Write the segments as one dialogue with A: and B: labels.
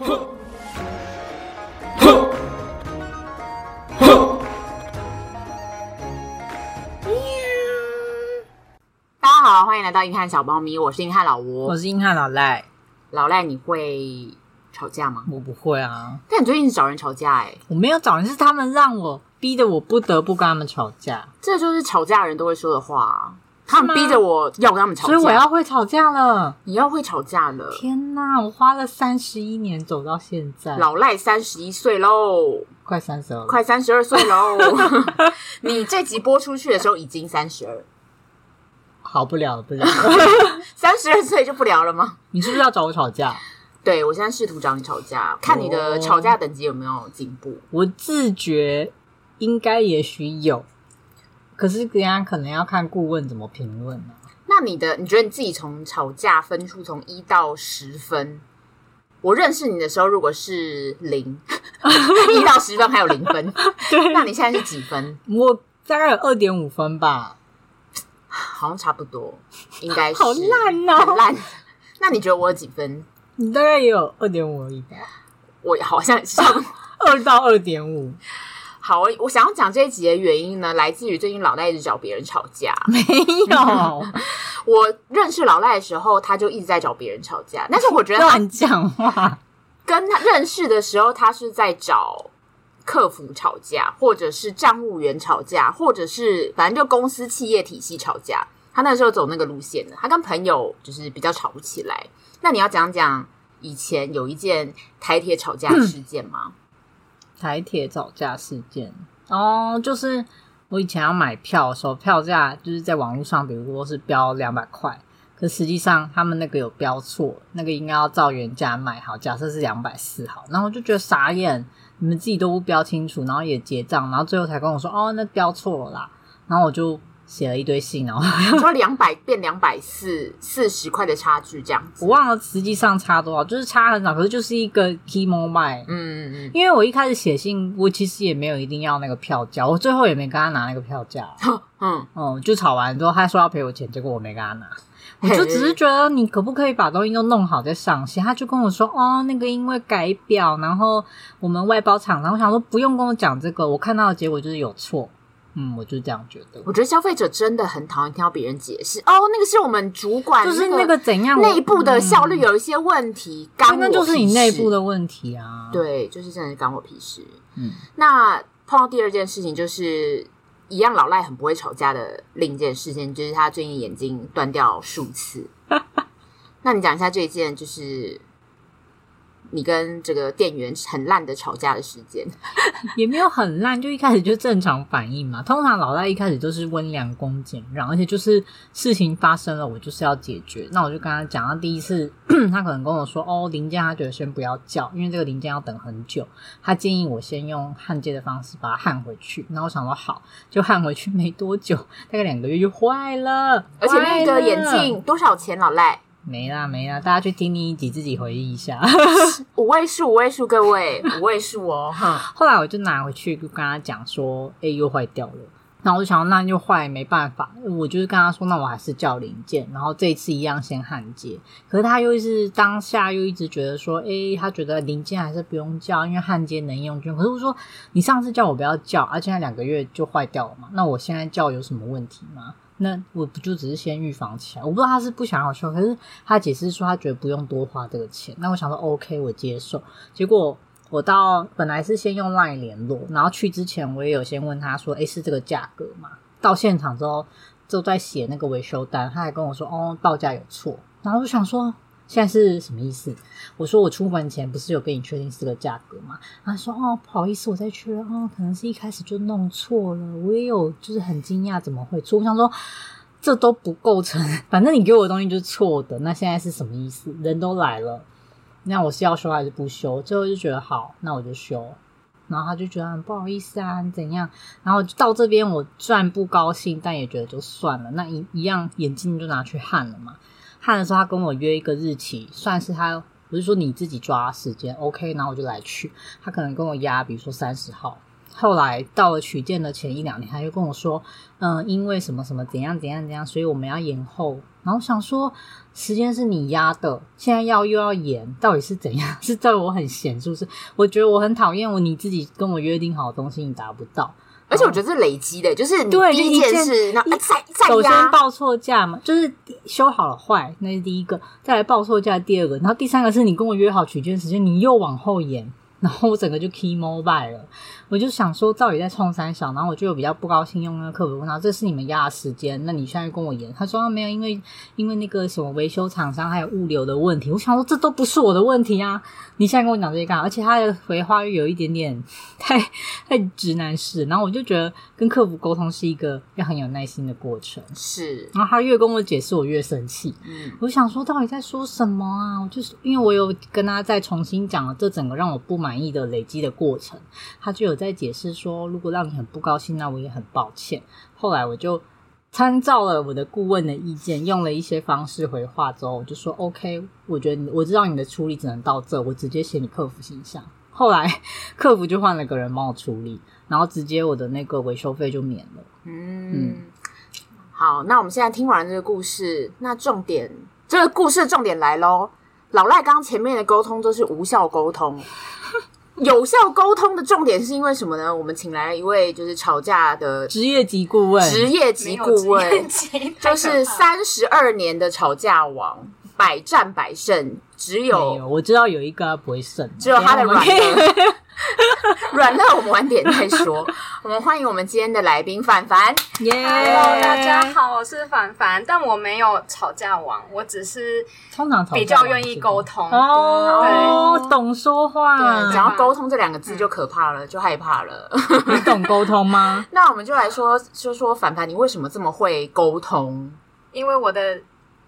A: 来到硬汉小猫咪，我是硬汉老吴
B: 我。是硬汉老赖，
A: 老赖，你会吵架吗？
B: 我不会啊，
A: 但你最近一直找人吵架、欸，哎，
B: 我没有找人，是他们让我逼得我不得不跟他们吵架，
A: 这就是吵架人都会说的话啊。他们
B: 是吗
A: 逼着我要跟他们吵
B: 所
A: 架，
B: 以我要会吵架了。
A: 你要会吵架了。
B: 天哪，我花了三十一年走到现在，
A: 老赖三十一岁喽，
B: 快三十了，
A: 快三十二岁 喽。你这集播出去的时候已经三十二，
B: 好不了了不了了。
A: 三十二岁就不聊了吗？
B: 你是不是要找我吵架？
A: 对我现在试图找你吵架，看你的
B: 哦
A: 吵架等级有没有进步。
B: 我自觉应该也许有，可是人家可能要看顾问怎么评论啊。
A: 那你的，你觉得你自己从吵架分数从一到十分，我认识你的时候如果是零， 一到十分还有零分，那你现在是几分？
B: 我大概有二点五分吧，
A: 好像差不多，应该是
B: 好烂哦
A: 很烂。那你觉得我有几分？
B: 你大概也有二点五而 已吧，
A: 我好像 上
B: 二到二点五。
A: 好，我想要讲这一集的原因呢，来自于最近老赖一直找别人吵架。
B: 没有
A: 我认识老赖的时候，他就一直在找别人吵架，但是我觉得他
B: 乱讲话，
A: 跟他认识的时候，他是在找客服吵架，或者是账务员吵架，或者是反正就公司企业体系吵架。他那时候走那个路线的，他跟朋友就是比较吵不起来。那你要讲讲以前有一件台铁吵架的事件 吗？
B: 台铁吵架事件哦，就是我以前要买票的时候，票价就是在网络上，比如说是标两百块，可实际上他们那个有标错，那个应该要照原价卖好，假设是两百四好，然后我就觉得傻眼，你们自己都不标清楚，然后也结账，然后最后才跟我说哦，那标错了啦，然后我就写了一堆信，然后
A: 你说两百变两百四，四十块的差距这样子。
B: 我忘了实际上差多少，就是差很少，可是就是一个 key mobile。
A: 嗯嗯嗯。
B: 因为我一开始写信，我其实也没有一定要那个票价，我最后也没跟他拿那个票 价。
A: 嗯，
B: 嗯，就吵完之后，他说要赔我钱，结果我没跟他拿， 我
A: 嘿
B: 就只是觉得你可不可以把东西都弄好再上线？他就跟我说，哦，那个因为改表，然后我们外包厂商，我想说不用跟我讲这个，我看到的结果就是有错，嗯，我就这样觉得，
A: 我觉得消费者真的很讨厌听到别人解释哦，那个是我们主管，
B: 就是那个怎样
A: 内部的效率
B: 有，
A: 有一些问题，干
B: 嗯那
A: 我
B: 就是你
A: 屁
B: 内
A: 事
B: 部的问题啊，，
A: 对，就是真的是干我屁事。
B: 嗯，
A: 那碰到第二件事情，就是一样老赖很不会吵架的另一件事情，就是他最近眼睛断掉数次。 那你讲一下这一件，就是你跟这个店员很烂的吵架的时间。
B: 也没有很烂，就一开始就正常反应嘛。通常老大一开始都是温良恭俭让，而且就是事情发生了，我就是要解决。那我就跟他讲，他第一次 他可能跟我说，哦，零件他觉得先不要叫，因为这个零件要等很久，他建议我先用焊接的方式把它焊回去。那我想说好，就焊回去没多久，大概两个月就坏了，
A: 而且那
B: 坏
A: 个
B: 了
A: 眼镜多少钱？老
B: 哎
A: 赖
B: 没啦没啦，大家去听第一集自己回忆一下。
A: 五位数，五位数，各位五位 数哦。哈，
B: 后来我就拿回去就跟他讲说，哎、又坏掉了。然后我就想，那又坏没办法，我就是跟他说，那我还是叫零件，然后这一次一样先焊接。可是他又是当下又一直觉得说，哎、他觉得零件还是不用叫，因为焊接能用就用。可是我说，你上次叫我不要叫，而、啊、现在两个月就坏掉了嘛，那我现在叫有什么问题吗？那我不就只是先预防起来？我不知道他是不想要修，可是他解释说他觉得不用多花这个钱。那我想说，OK，我接受。结果我到本来是先用 LINE 联络，然后去之前我也有先问他说：“诶，是这个价格吗？”到现场之后就在写那个维修单，他还跟我说：“哦，报价有错。”然后我就想说。现在是什么意思？我说我出门前不是有跟你确定是这个价格吗？他说哦，不好意思，我再确认哦，可能是一开始就弄错了。我也有就是很惊讶，怎么会错？我想说这都不构成，反正你给我的东西就是错的。那现在是什么意思？人都来了，那我是要修还是不修？最后就觉得好，那我就修。然后他就觉得很不好意思啊，你怎样？然后到这边我虽然不高兴，但也觉得就算了，那一一样眼镜就拿去焊了嘛。焊的时候他跟我约一个日期，算是他我是说你自己抓时间，OK，然后我就来去。他可能跟我压，比如说三十号。后来到了取件的前一两天，他就跟我说，嗯，因为什么什么怎样怎样怎样，所以我们要延后。然后我想说，时间是你压的，现在要又要延，到底是怎样？ 是对我很闲是不是？我觉得我很讨厌我你自己跟我约定好的东西你达不到。
A: 而且我觉得是累积的，就是你
B: 对
A: 第
B: 就
A: 一
B: 一
A: 件
B: 件
A: 事，那
B: 一
A: 啊再再
B: 首先
A: 压，
B: 报错价嘛，就是修好了坏，那是第一个，再来报错价第二个，然后第三个是你跟我约好取件时间，你又往后延， 然后我整个就 key mobile 了，我就想说到底在冲三小，然后我就有比较不高兴，用那个客服问他这是你们压的时间，那你现在跟我延，他说、啊、没有，因为因为那个什么维修厂商还有物流的问题，我想说这都不是我的问题啊，你现在跟我讲这些干嘛？而且他的回话又有一点点 太太直男式，然后我就觉得跟客服沟通是一个要很有耐心的过程。
A: 是，
B: 然后他越跟我解释，我越生气。
A: 嗯，
B: 我想说，到底在说什么啊？我就是因为我有跟他再重新讲了这整个让我不满意的累积的过程，他就有在解释说，如果让你很不高兴，那我也很抱歉。后来我就参照了我的顾问的意见，用了一些方式回话之后，我就说 OK，我觉得你我知道你的处理只能到这，我直接写你客服信箱。后来 客服就换了个人帮我处理，然后直接我的那个维修费就免了。
A: 嗯，好，那我们现在听完这个故事，那重点这个故事的重点来喽。老赖刚前面的沟通都是无效沟通，有效沟通的重点是因为什么呢？我们请来了一位就是吵架的
B: 职业级顾问，
A: 职业级顾
C: 没有
A: 问，
C: 职业级太
A: 就
C: 可
A: 是
C: 怕了
A: 三十二年的吵架王，百战百胜，只
B: 没
A: 有
B: 有，我知道有一个他不会剩，
A: 只有他的
B: 等一
A: 软
B: 下我们可以
A: 肋。 软肋我们晚点再说。我们欢迎我们今天的来宾凡凡。
B: 耶
C: Hello，大家。好，我是凡凡，但我没有吵架王，我只是
B: 通常吵架
C: 比较愿意沟通。
B: 哦，懂说
A: 对，
B: 话，
A: 只要沟通这两个
B: 嗯
A: 字就可怕了，就害怕了。
B: 你懂沟通吗？
A: 那我们就来说，就说凡凡，你为什么这么会沟通？
C: 因为我的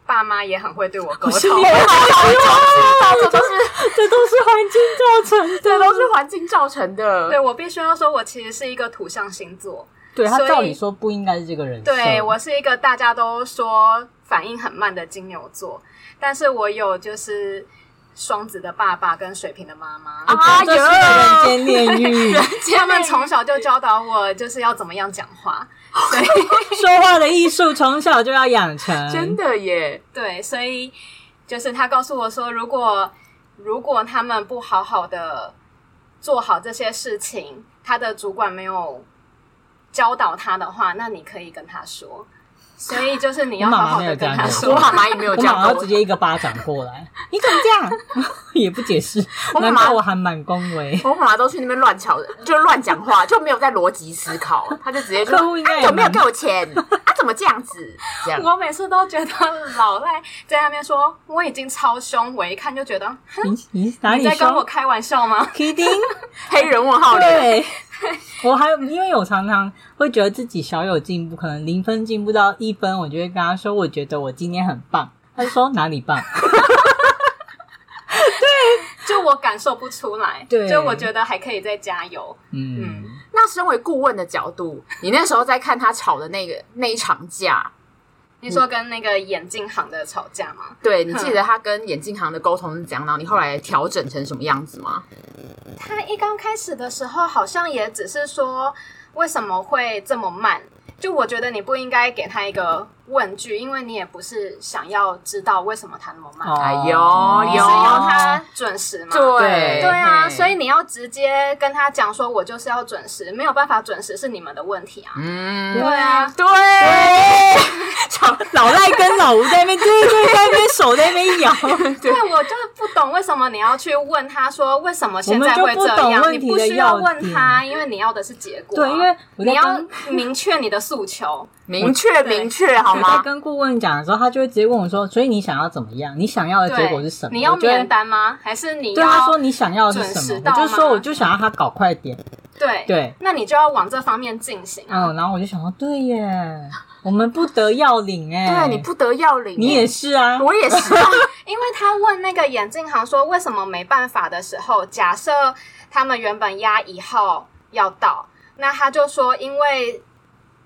C: 爸妈也很会对 我沟
B: 是
C: 通
B: 耶，
A: 到处都是，
B: 这都是环境造成的，
A: 这都是环境造成的。
C: 对我必须要说，我其实是一个土象星座，
B: 对他
C: 所以
B: 照理说不应该是这个人设，
C: 对我是一个大家都说反应很慢的金牛座，但是我有就是双子的爸爸跟水瓶的妈妈。
A: 啊
B: 这是
A: 有
B: 人间炼 狱，
C: 他们从小就教导我，就是要怎么样讲话，
B: 说话的艺术从小就要养成，
A: 真的耶，
C: 对，所以就是他告诉我说，如果如果他们不好好的做好这些事情，他的主管没有教导他的话，那你可以跟他说。所以就是你要好好的跟他
A: 我
C: 说
B: 妈妈没有这样
A: 妈妈也没有这样
B: 跟我，嗯我马上
A: 跟
B: 直
A: 我。
B: 接一个巴掌过来，你怎么这样？ 也不解释，
A: 我妈
B: 难
A: 妈
B: 怪我还蛮恭维。
A: 我妈妈都去那边乱吵，就乱讲话，就没有在逻辑思考， 她就直接说：“
B: 客户应该
A: 啊，
B: 也
A: 有没有
B: 蛮
A: 给我钱？啊，怎么这样 子？”这样
C: 我每次都觉得老赖在那边说我已经超凶，我一看就觉得
B: 你啊你哪
C: 你
B: 里
C: 在跟我
B: 说
C: 开玩笑吗？
B: ？kidding？
A: 黑人问号脸，
B: 对，我还有，因为我常常会觉得自己小有进步，可能零分进步到一分，我就会跟他说，我觉得我今天很棒。他就说哪里 棒？
C: 就我感受不出来，
B: 对
C: 就我觉得还可以再加油。
B: 嗯，
A: 那身为顾问的角度，你那时候在看他吵的那个那一场架，
C: 你说跟那个眼镜行的吵架吗？
A: 对你记
B: 嗯
A: 得他跟眼镜行的沟通是怎样，然后你后来调整成什么样子吗？
C: 他一刚开始的时候，好像也只是说为什么会这么慢。就我觉得你不应该给他一个问句，因为你也不是想要知道为什么他那么
B: 哦
C: 慢，
A: 哎呦
C: 你是
A: 有
C: 要他准时嘛？
B: 对
C: 对啊，
A: 嘿
C: 所以你要直接跟他讲说，我就是要准时，没有办法准时是你们的问题啊。
A: 嗯，
C: 对 啊，
A: 对，吵
B: 老赖跟老吴在那边对对，在那边手在那边摇，
C: 对，啊我就是不懂为什么你要去问他说为什么现在
B: 我们
C: 会
B: 就不
C: 这
B: 懂
C: 样，
B: 问
C: 你
B: 题
C: 不
B: 的
C: 需要
B: 要
C: 问
B: 点
C: 他，因为你要的是结果啊、
B: 对，因为我在
C: 你要
B: 跟。
C: 明确你的诉求。
A: 明确
C: 对
A: 明确好
B: 我在
A: 吗？
B: 跟顾问讲的时候，他就会直接问我说：“所以你想要怎么样？你想要的啊结果是什么？”
C: 你要
B: 我就会
C: 免单吗？还是你
B: 对啊
C: 要
B: 他说：“你想要的是什
C: 准时
B: 么
C: 到？”吗
B: 我就说：“我就想要他搞快点。
C: 对”
B: 对，
C: 那你就要往这方面进行啊。
B: 嗯，然后我就想说：“对耶，我们不得要领 哎、
A: 对你不得要领，
B: 你也，是啊，
A: 我也是啊，
C: 因为他问那个眼镜行说为什么没办法的时候，假设他们原本压一号要到，那他就说因为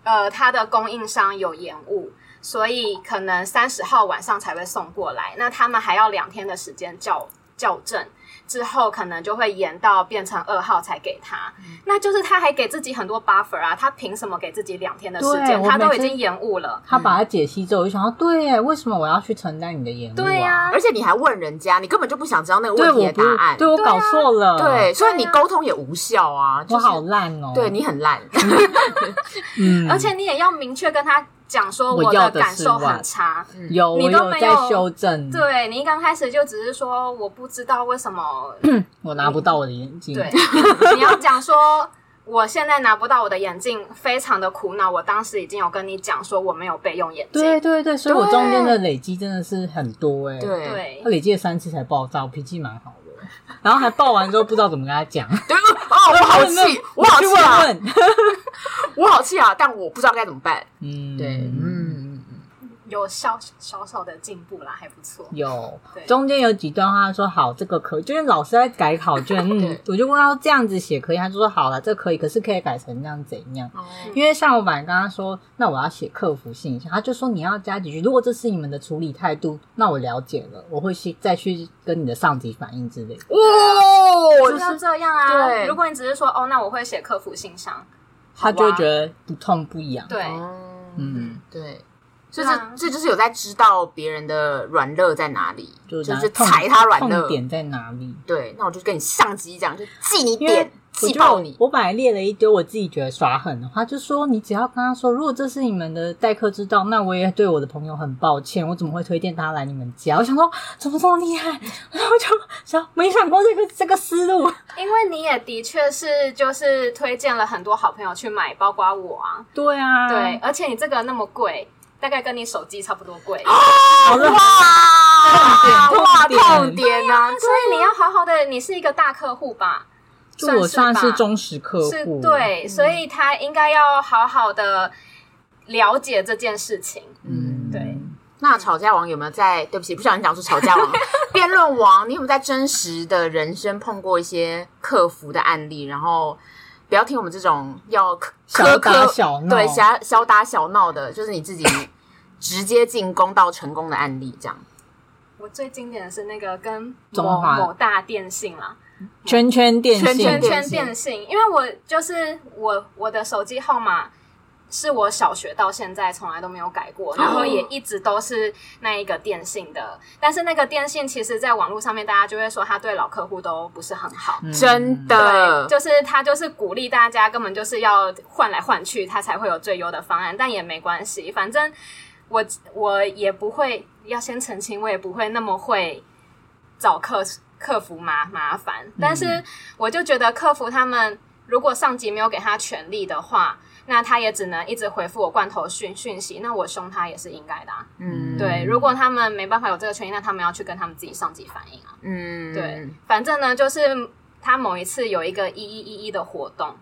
C: 呃他的供应商有延误。所以可能三十号晚上才会送过来，那他们还要两天的时间校校正。之后可能就会延到变成二号才给他，
B: 嗯
C: 那就是他还给自己很多 buffer 啊，他凭什么给自己两天的时
B: 对
C: 间？
B: 我
C: 他都
B: 每
C: 已
B: 次
C: 经延误了。
B: 他把它解析之后，我就想到，对耶，为什么我要去承担你的延误、啊？
C: 对呀、
A: 而且你还问人家，你根本就不想知道那个
B: 对
A: 问题
B: 我
A: 的
B: 不
A: 答案，
B: 对我搞错了，
A: 对，所以你
C: 对啊
A: 沟通也无效啊，就
B: 我
A: 是
B: 好烂哦、
A: 对，你很 烂，
B: 嗯，
C: 而且你也要明确跟他讲说
B: 我
C: 我
B: 要
C: 的
B: 的
C: 感
B: 是嗯
C: 受
B: what
C: 很差，
B: 有我
C: 你都
B: 有
C: 没
B: 在
C: 有
B: 修正，，
C: 对你一刚开始就只是说我不知道为什么，
B: 我拿不到我的眼镜，
C: 对， 你要讲说我现在拿不到我的眼镜，非常的苦恼。我当时已经有跟你讲说我没有备用眼镜，
B: 对对对，所以我
A: 对
B: 中间的累积真的是很多哎、
A: 对
C: 对
B: 他累积了三次才爆炸，我脾气蛮好的，然后还爆完之后不知道怎么跟他讲，
A: 对哦，我好气，我好
B: 去
A: 气
B: 问
A: 啊，
B: 问，
A: 我好气啊，但我不知道该怎么办，
B: 嗯，
A: 对，嗯，
C: 有小小小的进步啦，还不错。
B: 有
C: 对
B: 中间有几段话说好，这个可以，就是老师在改 考卷，嗯
A: 对，
B: 我就问他这样子写可以，他就说好了，这可以，可是可以改成那样怎样？
A: 哦
B: 因为像我本来跟他说，那我要写客服信一下，他就说你要加几句，如果这是你们的处理态度，那我了解了，我会去再去跟你的上级反映之类的。
A: 哇，
C: 就是要这样啊！
A: 对
C: 如果你只是说哦，那我会写客服信箱，
B: 他就会觉
C: 得
B: 得不痛不痒。
C: 对，
A: 嗯，
B: 嗯，
A: 对。所以
C: 对
A: 这
C: 啊
A: 这就是有在知道别人的软肋在哪里，
B: 就
A: 就是
B: 拿
A: 是
B: 痛
A: 踩他软
B: 痛
A: 肋。
B: 点在哪里？
A: 对，那我就跟你上级讲，就记你
B: 因为
A: 点，
B: 我
A: 气
B: 就
A: 爆你。
B: 我本来列了一堆我自己觉得耍狠的话，就说你只要跟他说，如果这是你们的待客之道，那我也对我的朋友很抱歉，我怎么会推荐他来你们家？我想说怎么这么厉害，然后就想没想过这个这个思路。
C: 因为你也的确是就是推荐了很多好朋友去买，包括我啊，
B: 对啊，
C: 对，，而且你这个那么贵，大概跟你手机差不多
B: 啊
C: 贵，
B: 好了，
A: 哇
B: 痛
A: 哇，
B: 点
A: 痛点啊！
C: 所以你要好好的，你是一个大客户吧？
B: 就我算
C: 是
B: 是
C: 吧
B: 忠实客
C: 是
B: 户，嗯
C: 对，所以他应该要好好的了解这件事情。
A: 嗯，
C: 对
A: 那吵架王有没有在？对不起，不小心讲出吵架王、 辩论王，你有没有在真实的人生碰过一些客服的案例？然后不要听我们这种要苛
B: 小
A: 苛
B: 打
A: 刻
B: 小闹
A: 对小小打小闹的，就是你自己直接进攻到成功的案例，这样
C: 我最经典的是那个跟
B: 中
C: 某
B: 华
C: 某大电信啦，
B: 圈圈电信，
A: 圈
C: 圈
A: 电信
C: 圈电信，因为我就是我我的手机号码是我小学到现在从来都没有改过，然后
A: 哦
C: 也一直都是那一个电信的。但是那个电信其实在网络上面，大家就会说他对老客户都不是很好。
B: 嗯
A: 真
C: 对，
A: 的
C: 就是他就是鼓励大家，根本就是要换来换去，他才会有最优的方案。但也没关系，反正我我也不会要先澄清，我也不会那么会找客客服麻麻烦。但是我就觉得客服他们如果上级没有给他权利的话，那他也只能一直回复我罐头讯讯息，那我凶他也是应该的、啊。
A: 嗯，
C: 对，如果他们没办法有这个权利，那他们要去跟他们自己上级反映啊。
A: 嗯，
C: 对，反正呢，就是他某一次有一个一一一一的活动，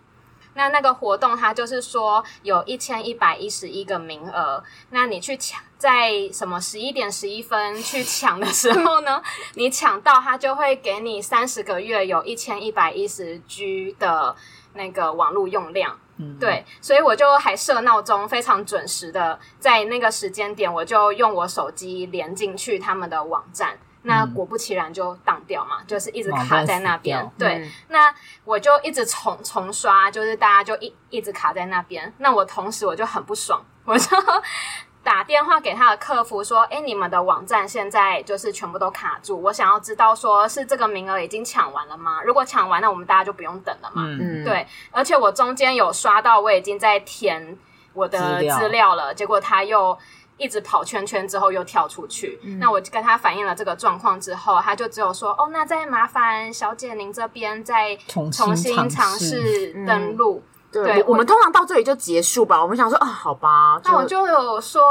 C: 那那个活动他就是说有一千一百一十一个名额，那你去抢，在什么十一点十一分去抢的时候呢， 你抢到他就会给你三十个月有一千一百一十 G 的那个网络用量。
B: 嗯，
C: 对，所以我就还设闹钟，非常准时的在那个时间点，我就用我手机连进去他们的网站。那
B: 嗯
C: 果不其然就当掉嘛，就是一直
B: 网
C: 卡
B: 站
C: 在
B: 死
C: 那边
B: 掉。
C: 对，
A: 嗯
C: 那我就一直重重刷，就是大家就一一直卡在那边。那我同时我就很不爽，我就 打电话给他的客服说：“哎，你们的网站现在就是全部都卡住，我想要知道说是这个名额已经抢完了吗？如果抢完，那我们大家就不用等了嘛。
B: 嗯，
A: 嗯，
C: 对，而且我中间有刷到，我已经在填我的
B: 资料
C: 资料了，结果他又一直跑圈圈，之后又跳出去。
B: 嗯
C: 那我跟他反映了这个状况之后，他就只有说：“哦，那再麻烦小姐您这边再
B: 重新
C: 重新
B: 尝
C: 尝
B: 试嗯
C: 试登录。对
A: 对，我我们通常到这里就结束吧。我们想说啊，好吧，
C: 那我就有说，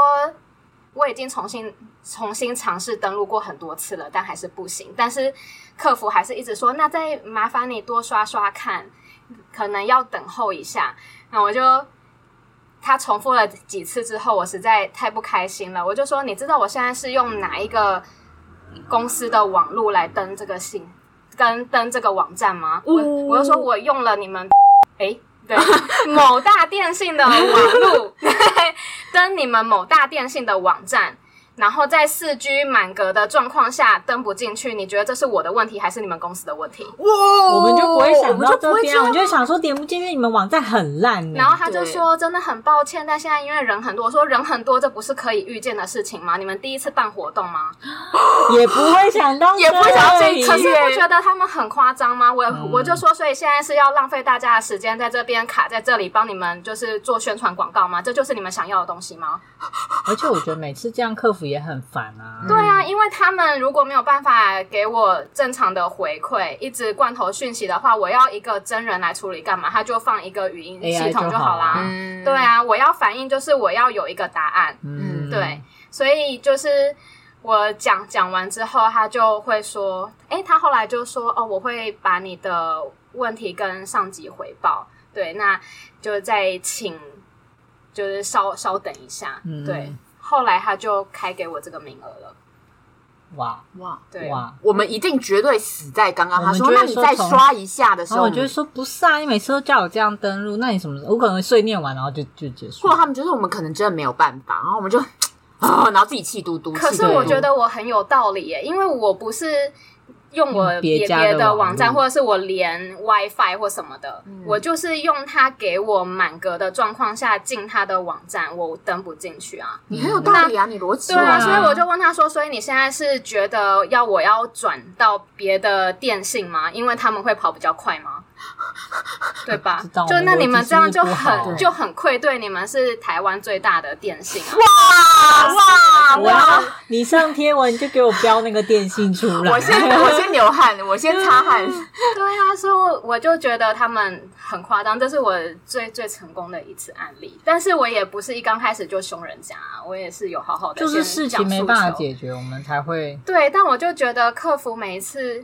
C: 我已经重新重新尝试登录过很多次了，但还是不行。但是客服还是一直说，那再麻烦你多刷刷看，可能要等候一下。那我就。他重复了几次之后，我实在太不开心了。我就说，你知道我现在是用哪一个公司的网络来登这个信，跟登这个网站吗？我我就说我用了你们，哎，对，某 大电信的网络，对，登你们某大电信的网站。然后在四 G 满格的状况下登不进去，你觉得这是我的问题还是你们公司的问题？
A: 哇，
B: 我们就不会
A: 我
B: 想
A: 们
B: 到
A: 就不
B: 这
A: 会啊
B: 边，啊我
A: 样
B: 们就想说点不进去，你们网站很烂呢。
C: 然后他就
A: 对
C: 说：“真的很抱歉，但现在因为人很多，我说人很多，这不是可以预见的事情吗？你们第一次办活动吗？
B: 也不会想到，
A: 也不会想到这一
B: 里
A: 集
C: 可是不
A: 对
C: 觉得他们很夸张吗？我、
B: 嗯
C: 我就说，所以现在是要浪费大家的时间在这边卡在这里帮你们就是做宣传广告吗？这就是你们想要的东西吗？
B: 而且我觉得每次这样客服也很烦啊。
C: 对啊，因为他们如果没有办法给我正常的回馈，一直罐头讯息的话，我要一个真人来处理干嘛？他就放一个语音
B: AI
C: 系统
B: 就好
C: 好啦。
B: 啊
A: 嗯
C: 对，啊，我要反应就是我要有一个答案。
B: 嗯，
C: 对，所以就是我讲讲完之后，他就会说，诶，他后来就说，哦，我会把你的问题跟上级回报，对，那就再请，就是稍稍等一下，
B: 嗯
C: 对。后来他就开给我这个名额了，
B: 哇
A: 哇。
C: 对，
B: 哇。
A: 我们一定绝对死在刚刚他
B: 我
A: 说，
B: 们
A: 那
B: 就会
A: 你
B: 说
A: 再
B: 从
A: 刷一下的时
B: 然
A: 候，嗯
B: 后我
A: 你
B: 就会说不是啊，你每次都叫我这样登录，那你什么时候？我可能碎念完然后就就结束
A: 或。者他们就是我们可能真的没有办法，然后我们就啊，然后自己气嘟嘟。
C: 可
A: 气
C: 是
A: 嘟嘟
C: 我觉得我很有道理耶，因为我不是用我
B: 用嗯别
C: 别
B: 家
C: 别
B: 的
C: 的
B: 网嗯
C: 网站，
B: 络
C: 或者是我连 WiFi 或什么的，我就是用它给我满格的状况下进它的网站，我登不进去啊。
A: 你很有道理啊，你逻辑
C: 对啊，
B: 是啊
C: 所以我就问他说：“所以你现在是觉得要我要转到别的电信吗？因为他们会跑比较快吗？ 对吧
B: 知道？
C: 就那你们这样就
B: 我的逻辑是不好
C: 很
B: 对
C: 就很愧对你们是台湾最大的电信啊。
A: 哇哇
B: 我要
A: 哇！
B: 你上贴文就给我标那个电信出来。
A: 我先我先流汗，我先擦汗。
C: 对啊，所以我我就觉得他们很夸张，这是我最最成功的一次案例。但是我也不是一刚开始就凶人家啊，我也是有好好的
B: 就是事情没办法解决，我们才会
C: 对，但我就觉得客服每一次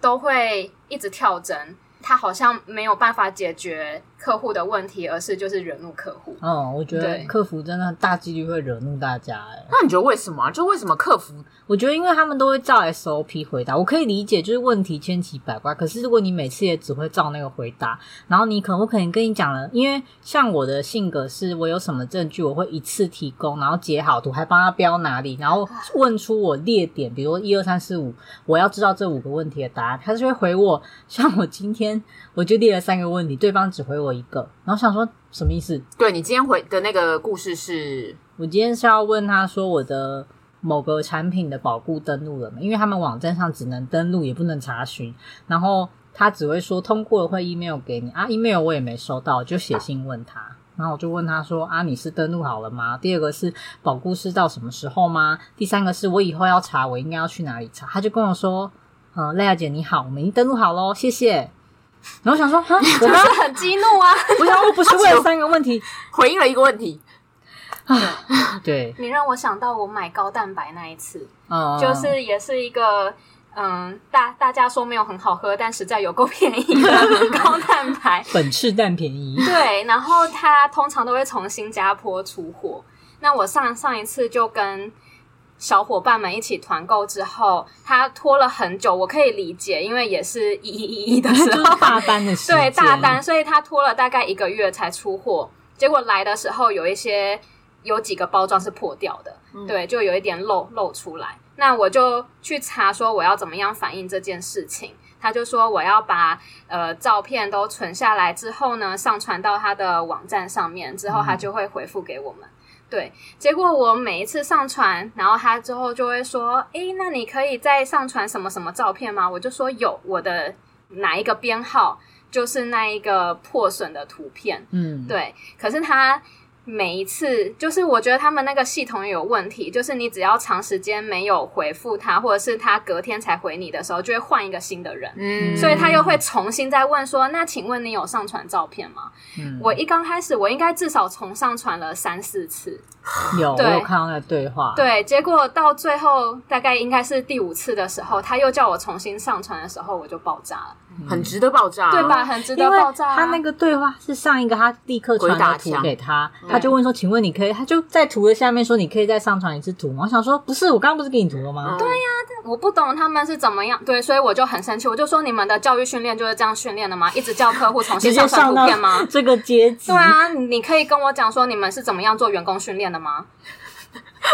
C: 都会一直跳针，他好像没有办法解决客户的问题，而是就是惹怒客户。
B: 嗯，我觉得
C: 对
B: 客服真的大几率会惹怒大家、欸。
A: 那你觉得为什么啊？就为什么客服
B: 我觉得，因为他们都会照 SOP 回答，我可以理解，就是问题千奇百怪。可是如果你每次也只会照那个回答，然后你可能我可能跟你讲了，因为像我的性格是，我有什么证据，我会一次提供，然后截好图，还帮他标哪里，然后问出我列点，比如说一二三四五，我要知道这五个问题的答案，他就会回我。像我今天我就列了三个问题，对方只回我一个，然后想说什么意思？
A: 对你今天回的那个故事是
B: 我今天是要问他说我的某个产品的保固登录了没？因为他们网站上只能登录，也不能查询，然后他只会说通过了会 email 给你啊，email 我也没收到，我就写信问他。然后我就问他说：“啊，你是登录好了吗？第二个是保固是到什么时候吗？第三个是我以后要查，我应该要去哪里查？”他就跟我说：“嗯、赖雅姐你好，我们已经登录好喽，谢谢。”然后我想说：“哈，我刚
C: 很激怒啊！
B: 我想我不是问了三个问题，
A: 回应了一个问题，
B: 对，
C: 你让我想到我买高蛋白那一次，
B: 嗯，
C: 就是也是一个。嗯，大大家说没有很好喝，但实在有够便宜的高蛋白。
B: 本赤蛋便宜，
C: 对，然后它通常都会从新加坡出货。那我上上一次就跟小伙伴们一起团购之后，它拖了很久，我可以理解，因为也是一一一 的
B: 就
C: 时
B: 是
C: 候，
B: 大单的时间，
C: 对大单，所以它拖了大概一个月才出货。结果来的时候有一些有几个包装是破掉的，对，就有一点漏漏出来。那我就去查说我要怎么样反映这件事情。他就说我要把呃照片都存下来之后呢，上传到他的网站上面，之后他就会回复给我们。对，结果我每一次上传，然后他之后就会说：“诶，那你可以再上传什么什么照片吗？”我就说有，我的哪一个编号就是那一个破损的图片。
B: 嗯，
C: 对，可是他每一次，就是我觉得他们那个系统也有问题，就是你只要长时间没有回复他，或者是他隔天才回你的时候，就会换一个新的人。
A: 嗯，
C: 所以他又会重新再问说：“那请问你有上传照片吗？”
B: 嗯
C: 我一刚开始，我应该至少重上传了三四次，
B: 有我
C: 对
B: 有看到那个对话，，
C: 对，结果到最后大概应该是第五次的时候，他又叫我重新上传的时候，我就爆炸了，
A: 很值得爆炸，
C: 对吧？？很值得
B: 啊因为
C: 爆炸、啊。
B: 他那个对话是上一个，他立刻传了图给他，他就问说：“请问你可以？”他就在图的下面说：“你可以再上传一次图吗？”我想说：“不是，我刚刚不是给你图了吗
A: 对呀，
C: 我不懂他们是怎么样，对，所以我就很生气，我就说你们的教育训练就是这样训练的吗？一直叫客户重？”新
B: 直接
C: 上传
B: 上
C: 图
B: 到
C: 片
B: ？
C: 吗啊
B: 这个阶级
C: 对，啊，你可以跟我讲说你们是怎么样做员工训练的吗？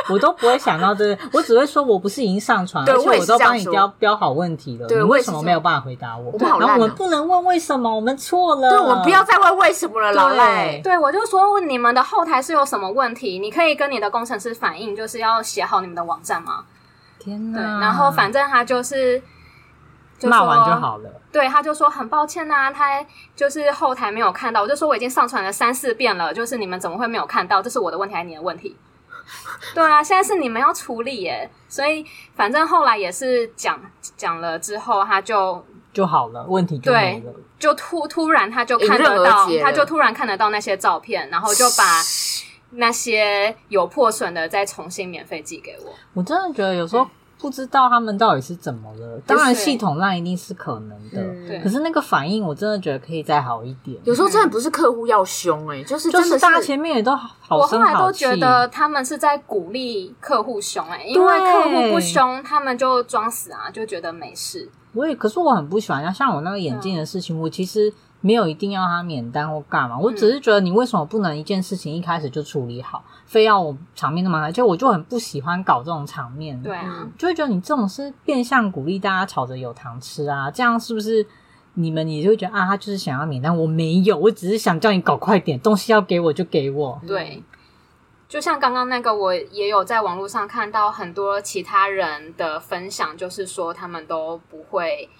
B: 我都不会想到这，我只会说我不是已经上传，
A: 对
B: 而且
A: 我也是
B: 我都
A: 这样
B: 帮你
A: 说
B: 标标好问题了，
A: 对
B: 你
A: 我也
B: 为
A: 是
B: 什么
A: 这
B: 没
A: 样
B: 有办法回答我？
A: 我们好烂
B: 然后我
A: 哦
B: 们不能问为什么，我们错了，
A: 对，我们不要再问为什么了，老
B: 对
A: 赖。
C: 对，我就说你们的后台是有什么问题，你可以跟你的工程师反映，就是要写好你们的网站嘛。
B: 天
C: 对，
B: 哪！
C: 然后反正他就是就
B: 嗯骂
C: 说
B: 完就好了，
C: 对，他就说很抱歉呐、他就是后台没有看到，我就说我已经上传了三四遍了，就是你们怎么会没有看到？这是我的问题还是你的问题？ 对啊，现在是你们要处理耶，所以反正后来也是讲讲了之后，他就
B: 就好了，问题就没了。
C: 就突突然他就看
A: 迎刃
C: 得
A: 而
C: 到
A: 解，
C: 他
A: 了
C: 就突然看得到那些照片，然后就把那些有破损的再重新免费寄给我。
B: 我真的觉得有时候不知道他们到底是怎么了，当然系统烂一定是可能的，
A: 嗯
C: 对
B: 可是那个反应我真的觉得可以再好一点。
A: 有时候真的不是客户要凶、欸，哎，就是
B: 就
A: 真的
B: 是大家前面也都好
C: 我后
B: 声
C: 来
B: 好
C: 都
B: 气，
C: 觉得他们是在鼓励客户凶哎、因为
B: 对
C: 客户不凶，他们就装死啊，就觉得没事。
B: 我也可是我很不喜欢，像我那个眼镜的事情，我其实没有一定要他免单或干嘛，我只是觉得你为什么不能一件事情一开始就处理好，非要我场面那么难？就我就很不喜欢搞这种场面，
C: 对，啊，
A: 嗯
B: 就会觉得你这种是变相鼓励大家吵着有糖吃啊，这样是不是？你们也就会觉得啊，他就是想要免单，我没有，我只是想叫你搞快点，东西要给我就给我，
C: 对。就像刚刚那个，我也有在网络上看到很多其他人的分享，就是说他们都不会，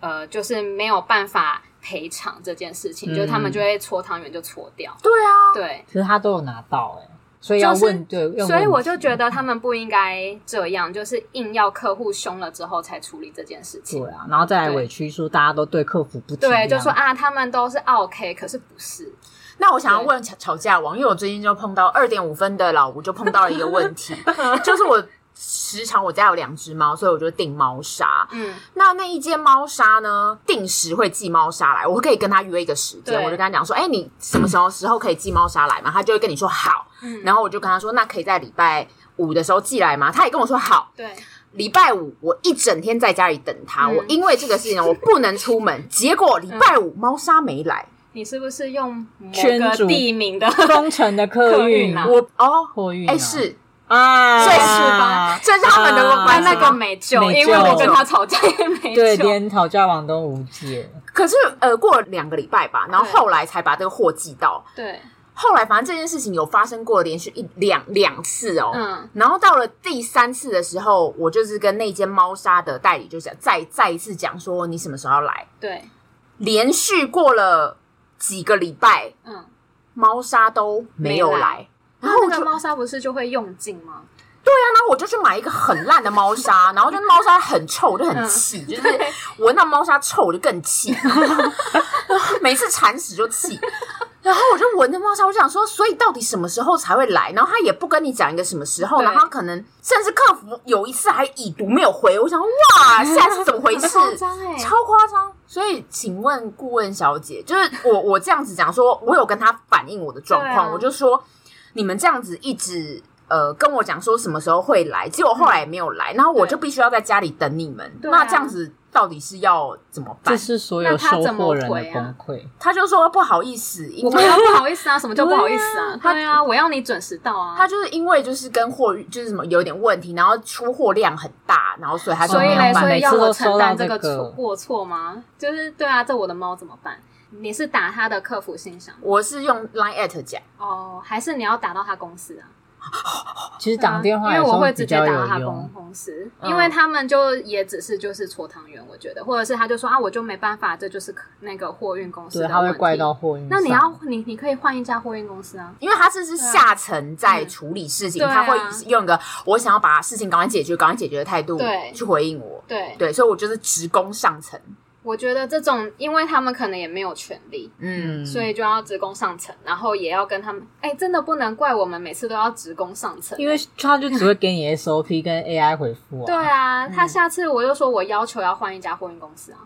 C: 呃，就是没有办法赔偿这件事
B: 嗯
C: 情，就是他们就会搓汤圆就搓掉。
A: 对啊，
C: 对，
B: 可是他都有拿到哎、欸所以要问、对，要
C: 所以
B: 问
C: 我
B: 题
C: 就觉得他们不应该这样，就是硬要客户凶了之后才处理这件事情
B: 对。啊，然后再来
C: 对
B: 委屈说大家都对客服不体
C: 对，就
B: 谅
C: 说啊，他们都是 OK，可是不是？
A: 那我想要问吵吵架王，因为我最近就碰到二点五分的老吴，就碰到了一个问 题，就是我时常我家有两只猫，所以我就订猫砂。
C: 嗯，
A: 那那一间猫砂呢，定时会寄猫砂来，我可以跟他约一个时间，
C: 对
A: 我就跟他讲说，哎、你什么时候时候可以寄猫砂来嘛？他就会跟你说好，
C: 嗯
A: 然后我就跟他说，那可以在礼拜五的时候寄来吗？他也跟我说好。
C: 对，
A: 礼拜五我一整天在家里等他，
C: 嗯
A: 我因为这个事情呢我不能出门，结果礼拜五猫砂没来，
C: 你是不是用某
B: 圈
C: 个
B: 住
C: 地名的？
B: 封城的客
C: 客
B: 运
C: 运啊
A: 我哦，
B: 货运啊，
A: 哎、是，
B: 啊，
A: 所以
C: 是吧？
A: 这是他们的
B: 啊
A: 关
C: 但
A: 系
C: 那个没救，
B: 没
C: 因为我
A: 救
C: 跟他吵架也没
B: 对，
C: 救。
B: 连讨价网都无解，
A: 可是呃，过了两个礼拜吧，然后后来才把这个货寄到。
C: 对，
A: 后来反正这件事情有发生过连续一两两次哦。
C: 嗯
A: 然后到了第三次的时候，我就是跟那间猫砂的代理就讲再再一次讲说你什么时候要来，
C: 对，
A: 连续过了几个礼拜，
C: 嗯。
A: 猫砂都没有
C: 没
A: 来
C: 来。
A: 然后我
C: 那
A: 就
C: 个猫砂不是就会用尽吗？
A: 然后我就去买一个很烂的猫砂， 然后就猫砂很臭，我就很气，
C: 嗯
A: 就是闻到猫砂臭我就更 气，每次铲屎就气。然后我就闻着猫砂，我就想说，所以到底什么时候才会来？然后他也不跟你讲一个什么时候，
C: 对
A: 然后他可能甚至客服有一次还已读没有回，我想说 哇，现在是怎么回事？
C: 夸张哎，
A: 超欸夸张。所以，请问顾问小姐，就是我我这样子讲说，我有跟她反映我的状况，
C: 对啊
A: 我就说你们这样子一直呃跟我讲说什么时候会来，结果后来也没有来，然后我就必须要在家里等你们。
C: 对啊
A: 那这样子到底是要怎么办
B: 这？是所有
C: 那他
B: 收
C: 怎么
B: 货人的
C: 回啊
B: 崩溃。
A: 她就说不好意思，因
C: 我
A: 为
C: 们要不好意思啊，什么叫不好意思啊？
A: 对啊
C: 对啊，我要你准时到啊。
A: 她就是因为就是跟货运就是什么有点问题，然后出货量很大，然后所以她就
C: 所以
A: 没有
C: 嘞，
A: 办
C: 所
A: 法
C: 以要我承
B: 每
C: 担
B: 次都收到这
C: 个
B: 个
C: 错过错吗？就是对啊，这我的猫怎么办？你是打他的客服信箱
A: 我是用 Line at 讲，
C: 哦，还是你要打到他公司啊？
B: 其实打电话
C: 嗯因
B: 有
C: 为
B: 时
C: 我
B: 候
C: 会
B: 比
C: 直接
B: 较
C: 打到
B: 有
C: 他公
B: 用，
C: 公司，
A: 嗯
C: 因为他们就也只是就是搓汤圆，我觉得，或者是他就说啊，我就没办法，这就是可那个货运公司
B: 对，
C: 的
B: 他会
C: 问题
B: 怪到货运上。
C: 那你要你你可以换一家货运公司啊，
A: 因为他这是下层在处理事情，
C: 嗯
A: 他会
C: 对啊
A: 用一个我想要把事情赶快解决、赶快解决的态度
C: 对
A: 去回应我。
C: 对，
A: 对，所以我就是职工上层，
C: 我觉得这种，因为他们可能也没有权利，
A: 嗯，
C: 所以就要职工上层，然后也要跟他们，哎，真的不能怪我们每次都要职工上层，
B: 因为他就只会给你 SOP 跟 AI 回复啊。
C: 对啊，他下次我就说我要求要换一家货运公司啊，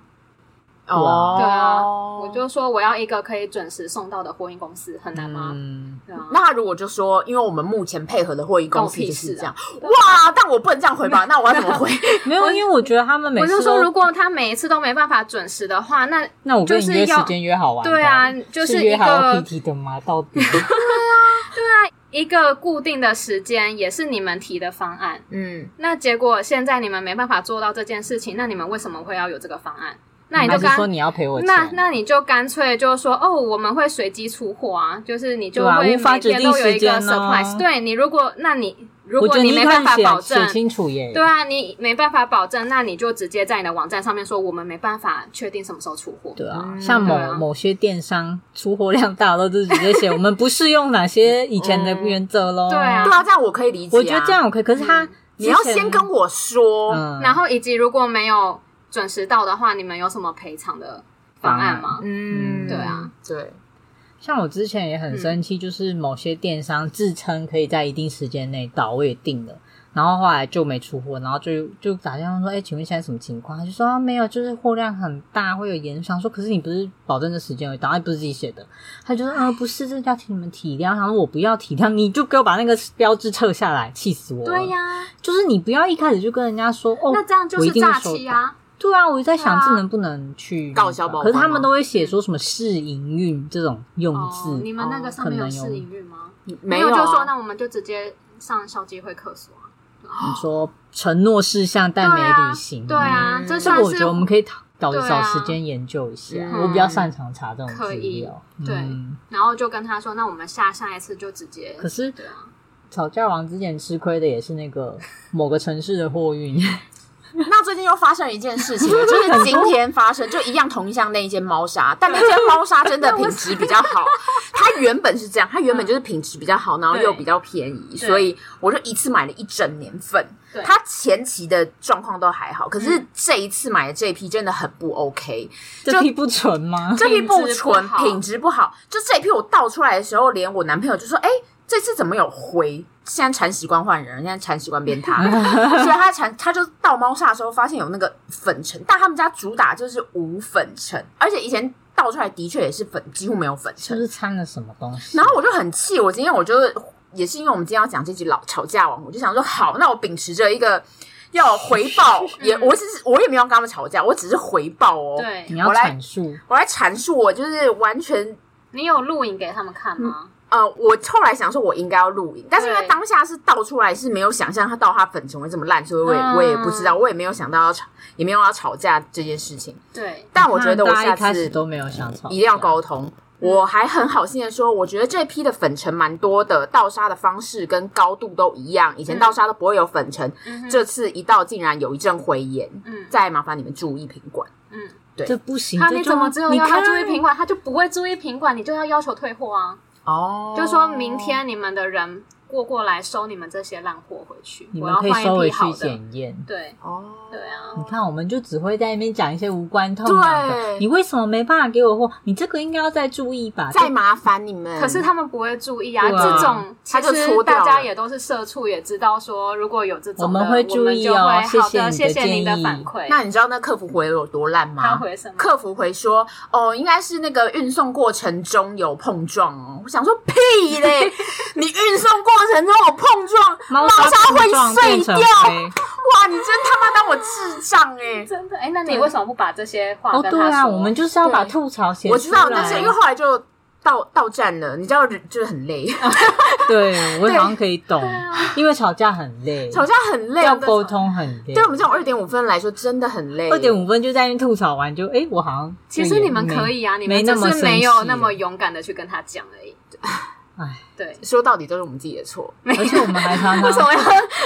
A: 哦，
C: 对啊，我就说我要一个可以准时送到的货运公司，很难吗？
B: 嗯，
C: 对啊。
A: 那他如果就说，因为我们目前配合的会议公司
C: 关我屁
A: 就是
C: 事啊
A: 这样，哇！但我不能这样回 吧？那我要怎么回？
B: 没有，因为我觉得他们每
C: 我就
B: 次
C: 说，
B: 都
C: 如果他每一次都没办法准时的话，那
B: 那我跟你
C: 就是
B: 约时
C: 要
B: 间约好玩的，
C: 对啊，就是是
B: 约
C: 一
B: 好要
C: 个
B: PT 的吗？到底
C: 对啊，一个固定的时间，也是你们提的方案。
A: 嗯，
C: 那结果现在你们没办法做到这件事情，那你们为什么会要有这个方案？那你就
B: 还是
C: 干
B: 说你要赔我钱？
C: 那那你就干脆就说哦，我们会随机出货啊，就是你就
B: 对啊
C: 会
B: 无法
C: 每天
B: 指定
C: 都有一
B: 时
C: 个
B: 间哦
C: surprise、对你如果那你如
B: 我
C: 果
B: 觉得
C: 没办法
B: 一开始写
C: 保证，
B: 写清楚耶。
C: 对啊，你没办法保证，那你就直接在你的网站上面说我们没办法确定什么时候出货。
B: 对啊，
A: 嗯
B: 像某、
C: 对啊
B: 某些电商出货量大都是直 接写我们不适用哪些以前的原则喽、
C: 嗯对啊
A: 对啊，这样我可以理解、啊。
B: 我觉得这样我可以，可是他、
C: 嗯
A: 你要先跟我说，
B: 嗯，
C: 然后以及如果没有准时到的话，你们有什么赔偿的方案吗？
A: 嗯，
B: 嗯
C: 对啊，
A: 对，
B: 像我之前也很生气，就是某些电商自称可以在一定时间内到，我也定了，然后后来就没出货，然后就就打电话说：“哎、请问现在什么情况？”他就说、啊：“没有，就是货量很大，会有延长。”说：“可是你不是保证这时间而已，档案不是自己写的。”他就说：“嗯、不是，这要请你们体谅。”然后我不要体谅，你就给我把那个标志撤下来，气死我了！
C: 对呀、
B: 就是你不要一开始就跟人家说：“哦，
C: 那这样就
B: 我一
C: 是
B: 定会
C: 诈
B: 收
C: 欺
B: 到
C: 啊！
B: 对啊，我在想
C: 对啊
B: 这能不能去
A: 告小宝宝
B: 可是他
A: 吗
B: 们都会写说什么试营运这种用字，
C: 哦，你们那个上面
B: 可
C: 有
B: 能有
C: 试营运吗？
A: 没有
C: 就
A: 啊
C: 说那我们就直接上校机会客诉啊。
B: 你说承诺事项但
C: 对啊
B: 没履行，
C: 对啊，
A: 嗯
C: 这
B: 这
C: 算
B: 个
C: 是
B: 我觉得我们可以讨找
C: 对啊
B: 找时间研究一下，
A: 嗯
B: 我比较擅长查这种
C: 可
B: 资
C: 以
B: 料。
C: 对
B: 嗯
C: 然后就跟他说，那我们下下一次就直接。
B: 可是
C: 对啊，
B: 吵架王之前吃亏的也是那个某个城市的货运，
A: 那最近又发生一件事 情了，就是今天发生，就一样同一项那一间猫砂，但那间猫砂真 的品质比较好。它原本是这样，它原本就是品质比较好，然后又比较便宜，
C: 对
A: 所以我就一次买了一整年份
C: 对。嗯
A: 它前期的状况都还好，可是这一次买的这一批真的很不 OK，
B: 这批不纯 吗？
A: 这批不
C: 品质不
A: 纯，
C: 好
A: 品质不好。就这一批我倒出来的时候，连我男朋友就说：“哎、这次怎么有灰？”现在铲屎官换人，现在铲屎官变他， 所以他铲他就倒猫砂的时候发现有那个粉尘，但他们家主打就是无粉尘，而且以前倒出来的确也是粉，几乎没有粉
B: 是
A: 尘
B: 不。是掺了什么东西？
A: 然后我就很气，我今天我就也是因为我们今天要讲这集老吵架王，我就想说好，那我秉持着一个要回 报，也我只是我也没有跟他们吵架，我只是回报哦。，
C: 对
B: 你要
A: 我来
B: 阐述，
A: 我来阐述我就是完全
C: 你有录影给他们看吗？
B: 嗯
A: 呃，我后来想说，我应该要录影，但是因为
C: 对
A: 当下是倒出来是没有想象它倒它粉尘会这么烂，所以我也、
C: 嗯
A: 我也不知道，我也没有想到要吵，也没有要吵架这件事情。
C: 对，
A: 但我觉得我
B: 大家
A: 下
B: 一开
A: 次
B: 始都没有想吵，
A: 一定要沟通。我还很好心的说，我觉得这批的粉尘蛮多的，倒沙的方式跟高度都一样，以前
C: 嗯
A: 倒沙都不会有粉尘，
C: 嗯哼
A: 这次一倒竟然有一阵灰烟，
C: 嗯
A: 再麻烦你们注意品管。
C: 嗯，
A: 对
B: 这不行，
C: 他
B: 这
C: 你
B: 就
C: 怎么只有
B: 你
C: 要他
B: 看
C: 注意品管，他就不会注意品管，你就要要求退货啊？
A: 哦
C: 就说明天你们的人过过来收你们这些烂货回去，
B: 你
C: 我
B: 们
C: 要
B: 可以
C: 换
B: 收
C: 一
B: 回
C: 批
B: 去
C: 好的。
B: 检验。
C: 对
A: 哦，
C: 对啊，
B: 你看，我们就只会在那边讲一些无关痛痒的。
A: 对
B: 你为什么没办法给我货？你这个应该要再注意吧。
A: 再麻烦你们。
C: 可是他们不会注意啊，
B: 对啊
C: 这种
A: 他
C: 其
A: 就戳
C: 实
A: 掉了
C: 大家也都是社畜，也知道说如果有这种的，
B: 我们会注意哦
C: 我们就会好的，
B: 谢谢你的
C: 谢谢您的
B: 建议
C: 反馈。
A: 那你知道那客服回有多烂吗？
C: 他回什么？
A: 客服回说：“哦，应该是那个运送过程中有碰撞哦。”我想说屁 嘞！你运送过程中有碰撞，
B: 猫
A: 猫
B: 砂
A: 砂
B: 碰撞
A: 会碎
B: 变成
A: 掉。
B: 灰
A: 哇，你真他妈当我智障哎、
C: 真的哎，那你
A: 对
C: 为什么不把这些话
B: 哦，
C: 跟
B: 对
C: 他
B: 啊，
C: 说？
B: 我们就是要把
A: 对
B: 吐槽写出来。
A: 我知道，但是因为后来就到到站了，你知道就是很累，
B: 嗯对我好像可以懂，因为吵架很累，
A: 吵架很累，
B: 要沟。通很累。
A: 对我们这种二点五分来说，真的很累。
B: 二点五分就在那边吐槽完就，哎，我好像
C: 其实你们可以啊，你
B: 没
C: 们
B: 那
C: 只
B: 么
C: 是
B: 生
C: 没有
B: 气
C: 那么勇敢的去跟他讲而已。
B: 哎，
C: 对，
A: 说到底都是我们自己的错，
B: 而且我们还 常
C: 为什
B: 常
C: 么要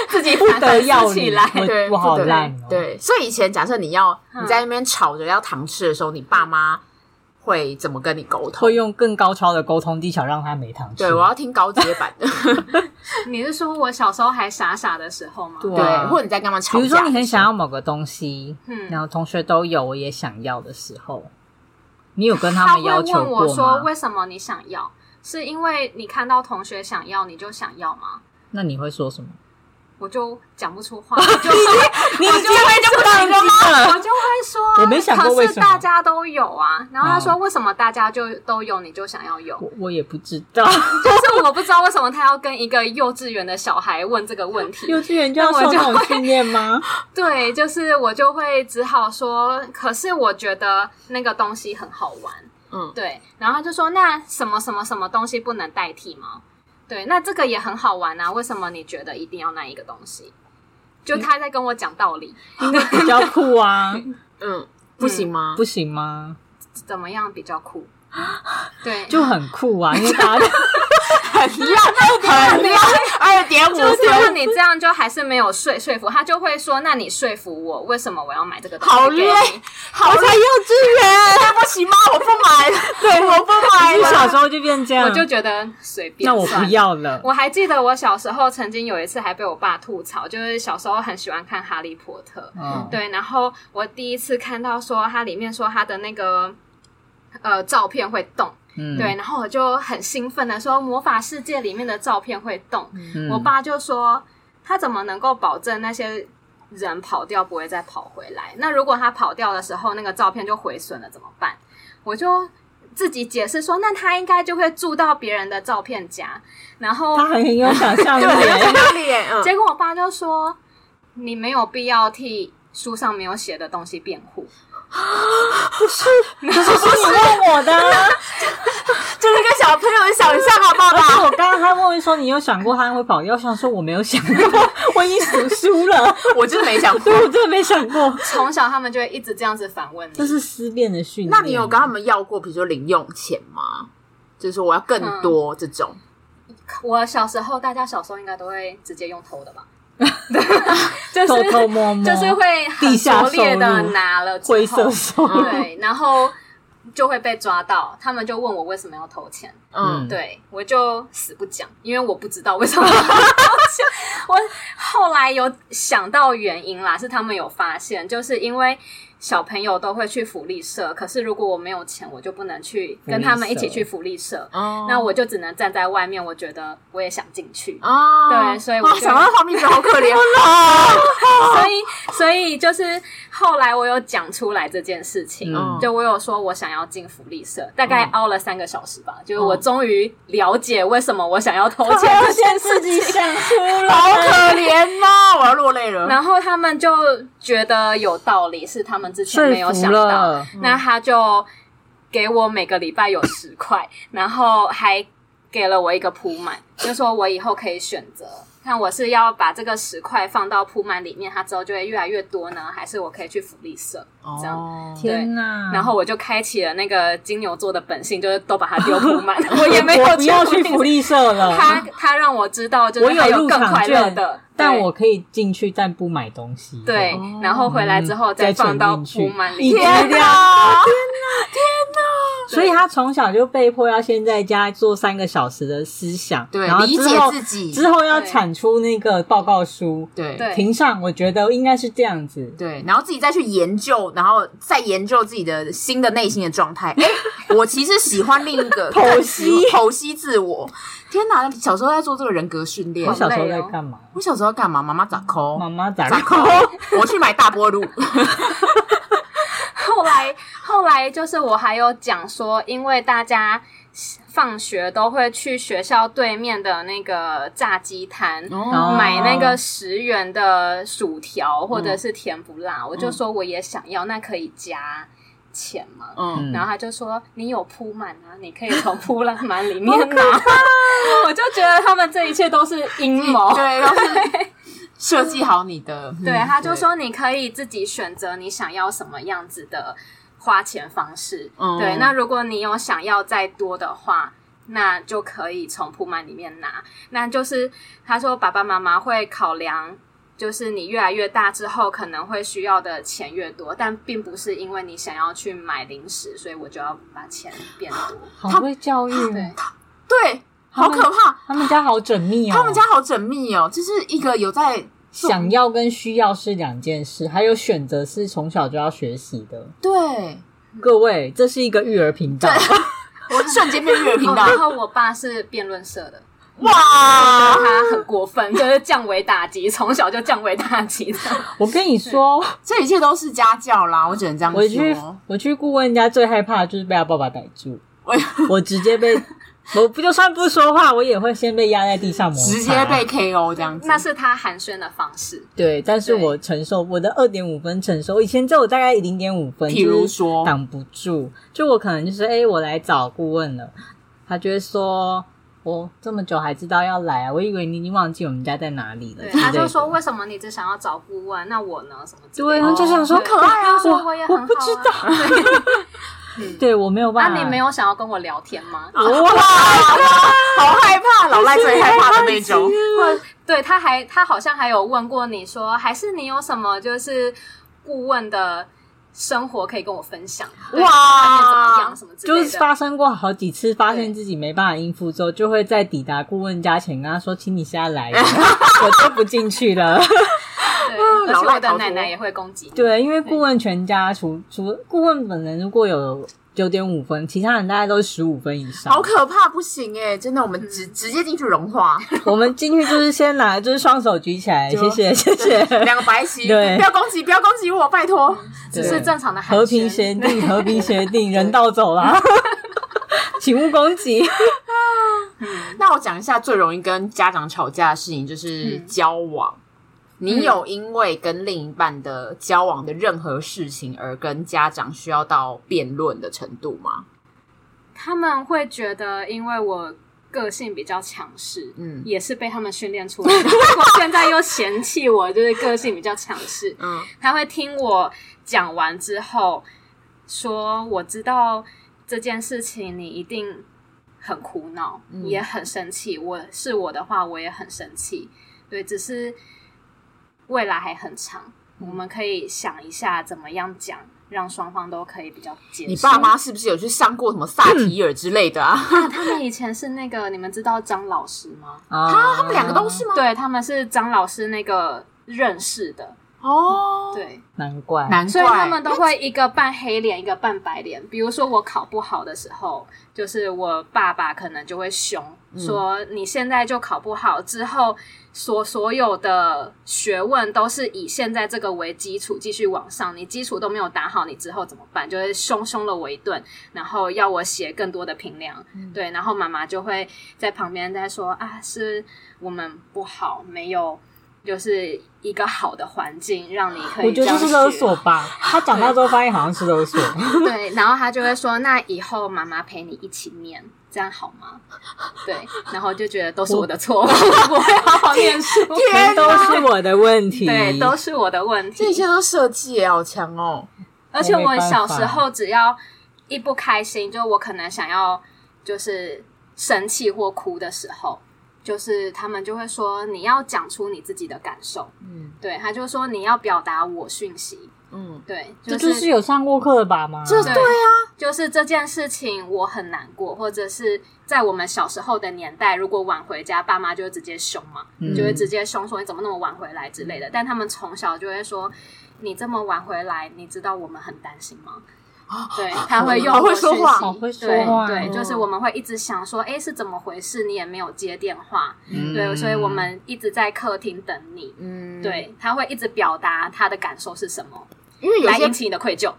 C: 自己
B: 不
C: 反
B: 得
C: 反
B: 要
C: 思
B: 领
C: 起来？
B: 我
A: 对，
B: 我好
A: 不得
B: 烂哦。
A: 对，所以以前假设你要
C: 嗯
A: 你在那边吵着要糖吃的时候，你爸妈会怎么跟你沟通
B: 会？用更高超的沟通技巧让他没糖吃。
A: 对，我要听高阶版 的。
C: 你是说我小时候还傻傻的时候吗？
B: 对
A: 对，或者你在跟他们吵
B: 比
A: 架，
B: 如说你很想要某个东西，
C: 嗯
B: 然后同学都有，我也想要的时候，你有跟
C: 他
B: 们要
C: 会
B: 求
C: 问我
B: 过
C: 说
B: 吗？
C: 为什么你想要？是因为你看到同学想要你就想要吗？
B: 那你会说什么？
C: 我就讲不 出话，我就
B: 你今天就不当
C: 我
B: 机
C: 就会说啊，
B: 我没想过为
C: 可
B: 什
C: 是
B: 么
C: 大家都有啊。然后他说
B: 哦
C: 为什么大家就都有，你就想 要有？
B: 我我也不知道，
C: 就是我不知道为什么他要跟一个幼稚园的小孩问这个问题。
B: 幼稚园就要受那种训练 吗？
C: 对，就是我就会只好说，可是我觉得那个东西很好玩。
A: 嗯
C: 对，然后他就说那什么什么什么东西不能代替吗？对，那这个也很好玩啊。为什么你觉得一定要那一个东西？就他在跟我讲道理，
B: 比较酷啊，
A: 嗯，不行吗？
B: 不行吗？
C: 怎么样比较酷？对，
B: 就很酷啊，因为大家
A: 很烂，很烂，二点五
C: 就是如果
A: 分，
C: 你这样就还是没有说说服他，就会说：“那你说服我，为什么我要买这个东西？”
A: 好累，好才幼稚园，那不行吗？我不买了，对，我不买
B: 你小
A: 了。
B: 时候就变这样，
C: 我就觉得随
B: 嗯
C: 便。
B: 那我不。要了。
C: 我还记得我小时候曾经有一次还被我爸吐槽，就是小时候很喜欢看《哈利波特》，
B: 嗯，
C: 对，然后我第一次看到说它里面说它的那个呃照片会动，
B: 嗯
C: 对，，然后我就很兴奋的说魔法世界里面的照片会动，
B: 嗯
C: 我爸就说他怎么能够保证那些人跑掉不会再跑回来？那如果他跑掉的时候那个照片就毁损了怎么办？我就自己解释说，那他应该就会住到别人的照片夹，然后
B: 他很有想象力
A: 对，
B: 耶，
A: 很丢脸，嗯，
C: 结果我爸就说：“你没有必要替书上没有写的东西 辩护。
B: 这是你问我的啊。
A: 就是跟小朋友想象啊，爸
B: 而且
A: 爸。
B: 我刚刚还问说，你有想过他会跑掉？我想说我没有想过， 我已经读书了，
A: 我真的没想过
B: 对，我真的没想过。”
C: 从小他们就会一直这样子反问
B: 这
C: 你。
B: 是思辨的训练。
A: 那你有跟他们要过，比如说零用钱吗？就是说我要
B: 嗯
A: 更多这种，
C: 我小时候，大家小时候应该都会直接用偷的吧？就是
B: 偷偷摸摸，
C: 就是会很
B: 嗯地下
C: 拙
B: 收
C: 劣的
B: 入
C: 拿了之后
B: 灰色收 入。
C: 对，然后就会被抓到。他们就问我为什么要偷钱，
A: 嗯，
B: 嗯
C: 对我就死不讲，因为我不知道为什 么要偷钱。我后来有想到原因啦，是他们有发现，就是因为。小朋友都会去福利社，可是如果我没有钱，我就不能去跟他们一起去福利社，
A: 哦
C: 那我就只能站在外面。我觉得我也想进去，
A: 哦，
C: 对所以我
A: 哇
C: 就
A: 想到画面觉得好可 怜哦，
C: 所以所以就是后来我有讲出来这件事情，
B: 嗯
C: 就我有说我想要进福利社，大概
A: 嗯哦
C: 熬了三个小时吧，就是我终于了解为什么我想要偷钱这件事情。
B: 想出
A: 好可怜哦，我要落泪了。
C: 然后他们就觉得有道理，是他们之前没有
B: 说服
C: 想到。
B: 了，
C: 那他就给我每个礼拜有十块，
B: 嗯
C: 然后还给了我一个铺满，就说我以后可以选择，看我是要把这个十块放到铺满里面，它之后就会越来越多呢，还是我可以去福利社？这样
A: 哦，
B: 天哪！
C: 然后我就开启了那个金牛座的本性，就是都把它丢铺 满，我也没
B: 我
C: 有
B: 不要去福
C: 福利社。
B: 利社了，
C: 他他让我知道，就
B: 我
C: 是还
B: 入
C: 更
B: 场
C: 快乐
B: 券
C: 的，
B: 但
C: 对
B: 我可以进去，但不买东西。
C: 对
A: 哦，
C: 然后回来之后再
B: 嗯再
C: 放到
B: 存进
C: 铺
B: 去
C: 满
B: 一
C: 里面。
A: 天哪，
B: 所以他从小就被迫要先在家做三个小时的思想，
A: 对
B: 然后
A: 理
B: 之
A: 解
B: 后
A: 自己
B: 之后要
C: 对
B: 产出那个报告书。
A: 对
C: 对
B: 庭上我觉得应该是这样子，
A: 对，然后自己再去研究，然后再研究自己的新的内心的状态。哎，我其实喜欢另一个
B: 剖析
A: 更喜剖析自我。天哪，小时候在做这个人格训练
B: 我
C: 好，
B: 小时候
C: 累
B: 在
C: 哦
B: 干嘛？
A: 我小时候干嘛？妈妈咋抠？
B: 妈妈打
A: 咋 抠？我去买大波露。
C: 后来后来就是我还有讲说，因为大家放学都会去学校对面的那个炸鸡摊。
B: 哦嗯
C: 买那个十元的薯条或者是甜不辣，我就说我也想要，那可以加钱吗？
A: 嗯，
C: 然后他就说你有铺满啊，你可以从铺烂满 里面拿。 我就觉得他们这一切都是阴 谋。
A: 对，都是设计好你的。
C: 嗯对，
A: 嗯
C: 他就，说你可以自己选择你想要什么样子的花钱方式。
A: 嗯
C: 对，那如果你有想要再多的话，那就可以从铺满里面拿。那就是他说爸爸妈妈会考量。就是你越来越大之后，可能会需要的钱越多，但并不是因为你想要去买零食，所以我就要把钱变多。
B: 好会教育，哦
C: 对，
A: 对，好可怕，
B: 他们家好缜密哦。
A: 他们家好缜密哦，就是一个有在
B: 想要跟需要是两件事，还有选择是从小就要学习的。
A: 对，
B: 各位，这是一个育儿频道，
A: 我瞬间变育儿频
C: 哦
A: 道，
C: 然后我爸是辩论社的，
A: 哇！
C: 他很过分，就是降维打击，从小就降维打击的。
B: 我跟你说，
A: 这一切都是家教啦，我只能这样
B: 我去
A: 说。
B: 我去顾问家最害怕的就是被他爸爸逮住，
A: 我
B: 我直接被我不就算不说话，我也会先被压在地上摩擦，
A: 直接被 KO 这样子，
C: 那是他寒暄的方式。
B: 对，但是
C: 对
B: 我承受我的二点五分承受，以前只有大概零点五分，
A: 譬如说
B: 就是挡不住，就我可能就是哎、诶我来找顾问了，他就会说我这么久还知道要来啊，我以为你已经忘记我们家在哪里了。
C: 对，
B: 之类
C: 他就
B: 的
C: 说为什么你只想要找顾问，那我呢？什么之
B: 对，
C: 类
B: 然
C: 的？
B: 后就想说
C: 哦
B: 可爱啊，
C: 对
B: 我
C: 他说我也很
B: 不知道， 啊对我没有办
C: 那
B: 法，
C: 啊你没有想要跟我聊天吗？
B: 啊
A: 哇， 好害怕，老赖最害怕的那种。
C: 对，他还他好像还有问过你说，还是你有什么就是顾问的生活可以跟我分享？对
A: 哇
C: 发现怎么样？什么之类
B: 就
C: 的？
B: 是发生过好几次，发现
C: 对
B: 自己没办法应付之后，就会在抵达顾问家前跟他说：“请你下来，我就不进去了。
C: 对，而
A: 老
C: 且
A: 赖
C: 我的
A: 逃脱
C: 奶奶也会攻击”你。
B: 对，因为顾问全家除除顾问本人如果有九点五分，其他人大概都是十五分以上
A: 好。可怕，不行哎、真的，我们
C: 嗯
A: 直直接进去融 化，
B: 我们进去就是先拿，就是双手举起来，
A: 就
B: 谢谢谢谢，
A: 两个白旗，
B: 对
A: 不要攻击，不要攻击我，拜托。
B: 对
C: 只是正常的寒暄
B: 和平协定，和平协定，人道走啦， 请勿攻击。
A: 那我讲一下最容易跟家长吵架的事情，就是
C: 嗯
A: 交往。你有因为跟另一半的交往的任何事情而跟家长需要到辩论的程度吗？
C: 他们会觉得，因为我个性比较强势，
A: 嗯
C: 嗯，也是被他们训练出来的。我现在又嫌弃我，就是个性比较强势，
A: 嗯，
C: 他会听我讲完之后说：“我知道这件事情，你一定很苦恼，
A: 嗯
C: 也很生气。我是我的话，我也很生气。对，只是未来还很长，
A: 嗯
C: 我们可以想一下怎么样讲，让双方都可以比较接受。
A: 你爸妈是不是有去上过什么萨提尔之类的啊？
C: 啊他们以前是那个，你们知道张老师吗？
B: 他
A: 他们两个都是吗？
C: 对，他们是张老师那个认识的，
A: 哦，，
C: 对，
B: 难怪，
A: 难怪
C: 所以他们都会一个扮黑脸，一个扮白脸。比如说我考不好的时候，就是我爸爸可能就会凶，
B: 嗯
C: 说你现在就考不好，之后所所有的学问都是以现在这个为基础继续往上，你基础都没有打好，你之后怎么办？就会凶凶了我一顿，然后要我写更多的评量，
B: 嗯
C: 对，然后妈妈就会在旁边在说啊，是我们不好，没有。就是一个好的环境，让你可以
B: 我觉得
C: 这样啊
B: 就是勒
C: 学
B: 索吧。他长大之后发现好像是勒索，
C: 对，然后他就会说：“那以后妈妈陪你一起念，这样好吗？”对，然后就觉得都是我 的错，我不会好好念书，
B: 全都是我的问题。
C: 对，都是我的问
A: 这些
C: 题。
A: 都设计也好强哦。
C: 而且
B: 我
C: 我
B: 没办
C: 小
B: 法
C: 时候只要一不开心，就我可能想要就是生气或哭的时候，就是他们就会说：“你要讲出你自己的感受。”
A: 嗯
C: 对，他就说：“你要表达我讯息。
A: 嗯”，
C: 对，
B: 这
C: 就
B: 就是是有上过课的爸妈。
A: 这
C: 对
A: 对啊，
C: 就是这件事情我很难过，或者是在我们小时候的年代，如果晚回家，爸妈就会直接凶嘛，
B: 嗯
C: 就会直接凶说你怎么那么晚回来之类的。但他们从小就会说，你这么晚回来，你知道我们很担心吗？对，他会用
A: 啊好会
C: 我
A: 说
C: 讯息
A: 话
B: 好会说话哦
C: 对，对，
A: 嗯
C: 就是我们会一直想说，哎，是怎么回事？你也没有接电话，
B: 嗯
C: 对，所以我们一直在客厅等你。
A: 嗯，，
C: 对，他会一直表达他的感受是什么，
A: 因为有
C: 来
A: 些
C: 引起你的愧疚。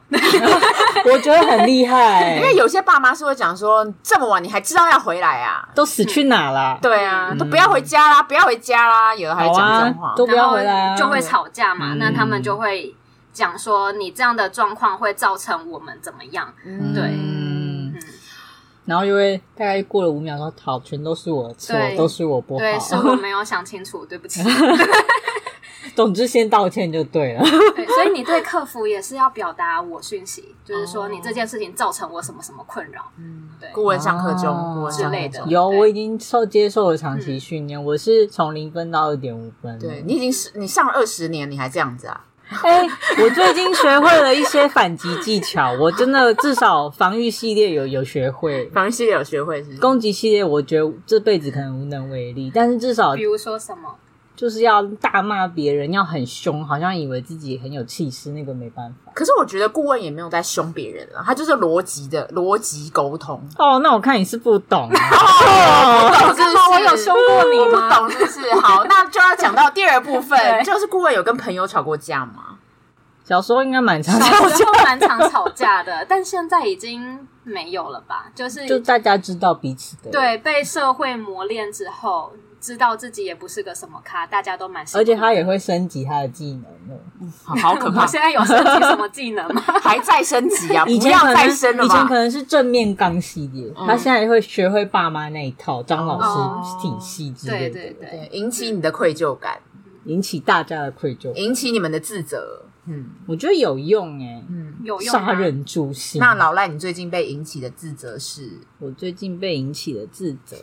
B: 我觉得很厉害
A: 因，为有些爸妈是会讲说，这么晚你还知道要回来啊？
B: 都死去哪啦？
A: 对啊，
B: 嗯
A: 都不要回家啦，不要回家啦，有的还
B: 好
A: 讲这
B: 啊
A: 种话，。
B: 都不
C: 然
B: 要
C: 后
B: 回来啊，
C: 就会吵架嘛。
B: 嗯
C: 那他们就会讲说，你这样的状况会造成我们怎么样？
A: 嗯
C: 对
B: 嗯
C: 嗯，
B: 然后就会大概过了五秒说：“好，全都是我的错，
C: 对
B: 都是我不
C: 对，是
B: 好。
C: 我没有想清楚，对不 起。”
B: 总之，先道歉就对了。
C: 对，所以你对客服也是要表达我讯息，就是
A: 哦
C: 说你这件事情造成我什么什么困扰，对，
A: 顾问上课中，
B: 哦
A: 顾问上课
C: 之类的
A: 中
B: 有，
C: 对嗯
B: 我已经受接受了长期训练，我是从零分到二点五分。
A: 对你已经是你上了二十年，你还这样子啊？
B: 哎、我最近学会了一些反击技巧，我真的至少防御系列有有学会，
A: 防御系列有学会是不是？
B: 攻击系列我觉得这辈子可能无能为力，但是至少
C: 比如说什么，
B: 就是要大骂别人，要很凶，好像以为自己很有气势，那个没办法。
A: 可是我觉得顾问也没有在凶别人啊，他就是逻辑的逻辑沟通。
B: 哦，那我看你是不懂、啊，哦
A: 我
C: 是吗我有凶过你吗
A: 不懂是不是？好，那就要讲到第二部分，
C: 对
A: 就是顾问有跟朋友吵过架吗？
B: 小时候应该蛮常
C: 小时候蛮常吵架的，但现在已经没有了吧？就是
B: 就大家知道彼此的，
C: 对被社会磨练之后，知道自己也不是个什么咖，大家都蛮辛苦
B: 而
C: 的
B: 且他也会升级他的技能哦了。
A: 好 好可怕
C: 我，现在有升级什么技 能吗？
A: 还在升级啊！不
B: 以前
A: 要
B: 可能
A: 再升了
B: 以前
A: 吧
B: 可？能是正面刚系列，他现在会学会爸妈那一套张老
C: 哦
B: 师体系之类
C: 对
B: 的，
C: 对对，
A: 对，引起你的愧疚感，
B: 引起大家的愧疚。
A: 引起你们的自责。嗯
B: 我觉得有用哎、
A: 嗯，
C: 有用吗
B: 杀人诛心。
A: 那老赖，你最近被引起的自责是？
B: 我最近被引起的自责，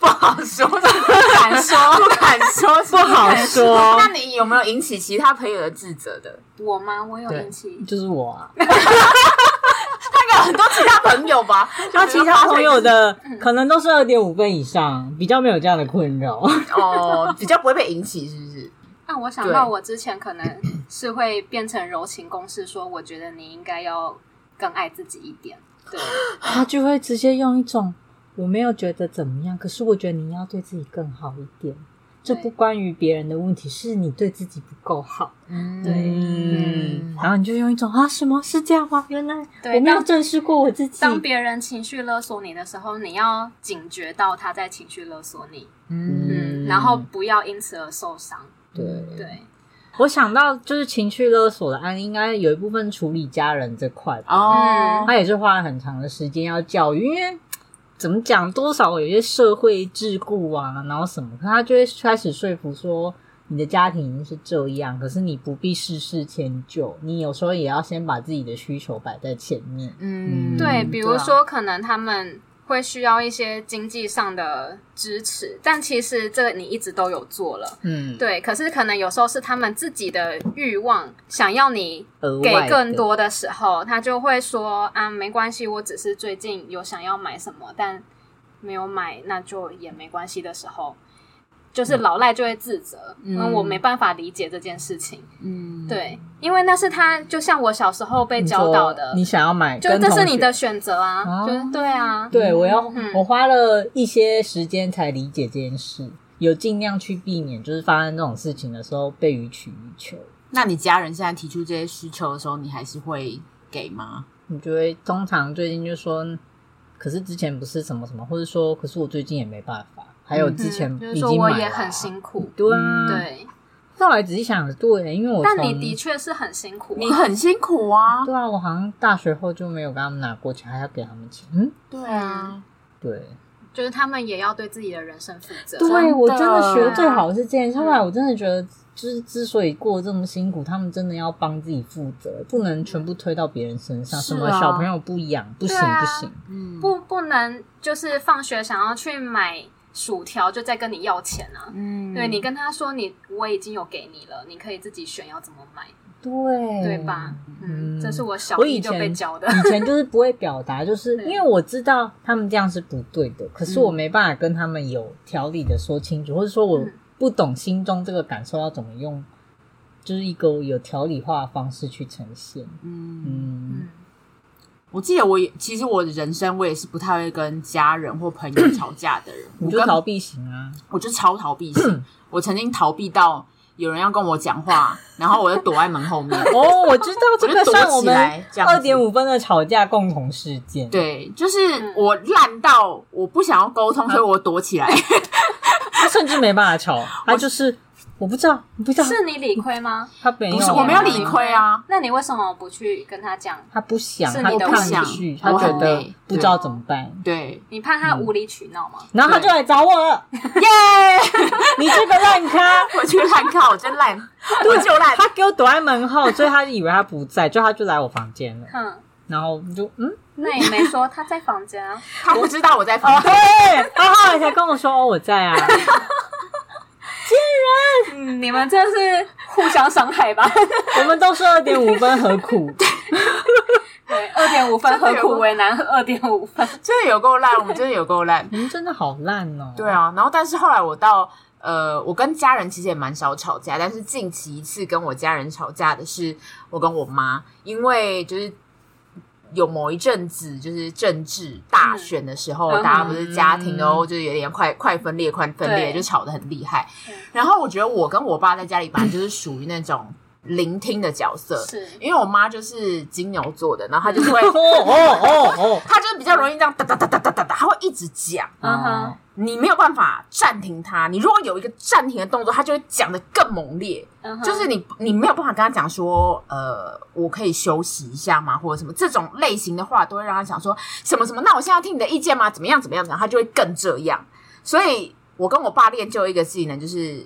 A: 不好说，不敢说， 不敢说，
B: 不好 说
A: 那你有没有引起其他朋友的自责的？
C: 我吗？我有
A: 对
C: 引起
B: 就是我啊。
A: 那个很多其他朋友 吧，
B: 那其他朋友
A: 的
B: 的可能都是二点五倍以上，比较没有这样的困扰。
A: 哦，比较不会被引起，是不是？
C: 那我想到我之前可能是会变成柔情攻势，说我觉得你应该要更爱自己一点。对，
B: 他就会直接用一种我没有觉得怎么样，可是我觉得你要对自己更好一点。这不关于别人的问题，是你对自己不够好。
A: 嗯
C: 对
B: 嗯，然后你就用一种啊，什么是这样吗？原来
C: 对
B: 我没有正视过我自己。
C: 当别人情绪勒索你的时候，你要警觉到他在情绪勒索你，嗯，然后不要因此而受伤。
B: 对，
C: 对，
B: 我想到就是情绪勒索的案，应该有一部分处理家人这块吧。
A: 哦，
B: 他也是花了很长的时间要教育，因为怎么讲，多少有些社会桎梏啊，然后什么，可他就会开始说服说，你的家庭已经是这样，可是你不必事事迁就，你有时候也要先把自己的需求摆在前面。
A: 嗯，
C: 对，
B: 嗯
C: 比
B: 对
C: 如
B: 啊
C: 说可能他们会需要一些经济上的支持，但其实这你一直都有做了。
B: 嗯，
C: 对，可是可能有时候是他们自己的欲望，想要你
B: 额外的
C: 给更多的时候，他就会说啊，没关系，我只是最近有想要买什么，但没有买，那就也没关系的时候，
B: 嗯
C: 就是老赖就会自责，因为我没办法理解这件事情。
A: 嗯，
C: 对，因为那是他，就像我小时候被
B: 你
C: 教
B: 说
C: 导的
B: 你，想要买，
C: 就
B: 跟
C: 这是
B: 同
C: 你
B: 学
C: 的。选择啊，
B: 哦
C: 就是对啊，
B: 对，我要、
C: 嗯
B: 我花了一些时间才理解这件事，有尽量去避免，就是发生这种事情的时候被予取予求。
A: 那你家人现在提出这些需求的时候，你还是会给 吗？
B: 你就会通常最近就说，可是之前不是什么什么，或者说，可是我最近也没办法，还有
A: 嗯
B: 之前
C: 嗯就是
B: 已
C: 说
B: 经买
C: 我
B: 了啊、
C: 也很辛苦，
B: 对啊，
A: 嗯
C: 对，
B: 后来仔细想，对，因为我
C: 但
B: 从
C: 你的确是很辛苦啊，
A: 你很辛苦啊，
B: 对啊，我好像大学后就没有跟他们拿过钱，还要给他们钱，嗯，
A: 对啊，
B: 对，
C: 就是他们也要对自己的人生负责。
B: 对我真的学最好是这样，
C: 嗯
B: 后来我真的觉得。就是之所以过得这么辛苦，他们真的要帮自己负责，不能全部推到别人身上。
A: 是
B: 什
A: 啊
B: 么小朋友不养，不行
C: 对啊
B: 不行，
A: 嗯，
C: 不不能就是放学想要去买薯条，就再跟你要钱啊。
A: 嗯
C: 对你跟他说你我已经有给你了，你可以自己选要怎么买，
B: 对
C: 对吧？嗯，
B: 嗯
C: 这是我小
B: 我
C: 一
B: 以
C: 就被
B: 前
C: 教的。
B: 以前就是不会表达，就是
C: 对
B: 因为我知道他们这样是不对的，可是我没办法跟他们有条理的说清楚，或者说我
C: 嗯
B: 不懂心中这个感受要怎么用，就是一个有条理化的方式去呈现。
A: 嗯，
B: 嗯，
C: 嗯，
A: 我记得我也其实我的人生我也是不太会跟家人或朋友吵架的人，
B: 你
A: 我
B: 就
A: 跟
B: 逃避型啊，
A: 我就超逃避 型，我曾经逃避到有人要跟我讲 话，然后我就躲在门后面，
B: 哦，我知道这
A: 我
B: 个
A: 就躲
B: 算我
A: 起来
B: 们
A: 这样子
B: 二点五分的吵架共同事件。，
A: 对，
C: 嗯
A: 就是我烂到我不想要沟
B: 啊
A: 通，所以我躲起来。
B: 他甚至没办法吵，他就是我不知道，我不知道，
C: 嗯是你理亏吗？
B: 他没有
A: 不
B: 啊，
A: 是我没有理亏啊，
C: 那你为什么不去跟他讲？
B: 他不想，
C: 是
B: 他
C: 你的
B: 抗
A: 问
B: 拒，
A: 题
B: 他
A: 我
B: 觉
A: 很
B: 得
A: 累
B: 不知道怎么办。
A: 对，
C: 你怕他无理取闹吗？
B: 然后他就来找我了，
A: 耶！
B: 你这个烂咖！
A: 我去烂靠，我真 烂，我就烂。
B: 他给我躲在门后，所以他以为他不在，就他就来我房间了。
C: 哼，
B: 然后我就嗯，
C: 那也没说他在房间啊。
A: 他不知道我在
B: 哦
A: 房
B: 对
A: 间，，
B: 他后来才跟我说哦我在啊，
C: 嗯，你们这是互相伤害吧？
B: 我们都是二点五分，何 苦？
C: 对，二点五分
A: 真的
C: 何
A: 有
C: 苦
A: 吗
C: 为难？二点五分，
A: 真的有够烂，我们真的有够烂。
B: 你们真的好烂哦。
A: 对，啊，然后但是后来我到呃，我跟家人其实也蛮少吵架，但是近期一次跟我家人吵架的是我跟我妈，因为就是。有某一阵子，就是政治大选的时候，
C: 嗯
A: 大家不是家庭都就是有点快快分裂，快分裂，
C: 对
A: 就吵得很厉害
C: 嗯。
A: 然后我觉得我跟我爸在家里本来就是属于那种聆听的角色，
C: 是
A: 因为我妈就是金牛座的，然后她 就是会，
B: 哦哦
A: 她就是比较容易这样哒哒哒哒哒哒哒，她会一直讲，
C: 嗯
B: 哦
C: 哼，
A: 你没有办法暂停她。你如果有一个暂停的动作，她就会讲的更猛烈，
C: 嗯哼
A: 就是你你没有办法跟她讲说，呃，我可以休息一下吗，或者什么这种类型的话，都会让她想说什么什么。那我现在要听你的意见吗？怎么样怎么样怎么样，她就会更这样。所以我跟我爸练就一个技能，就是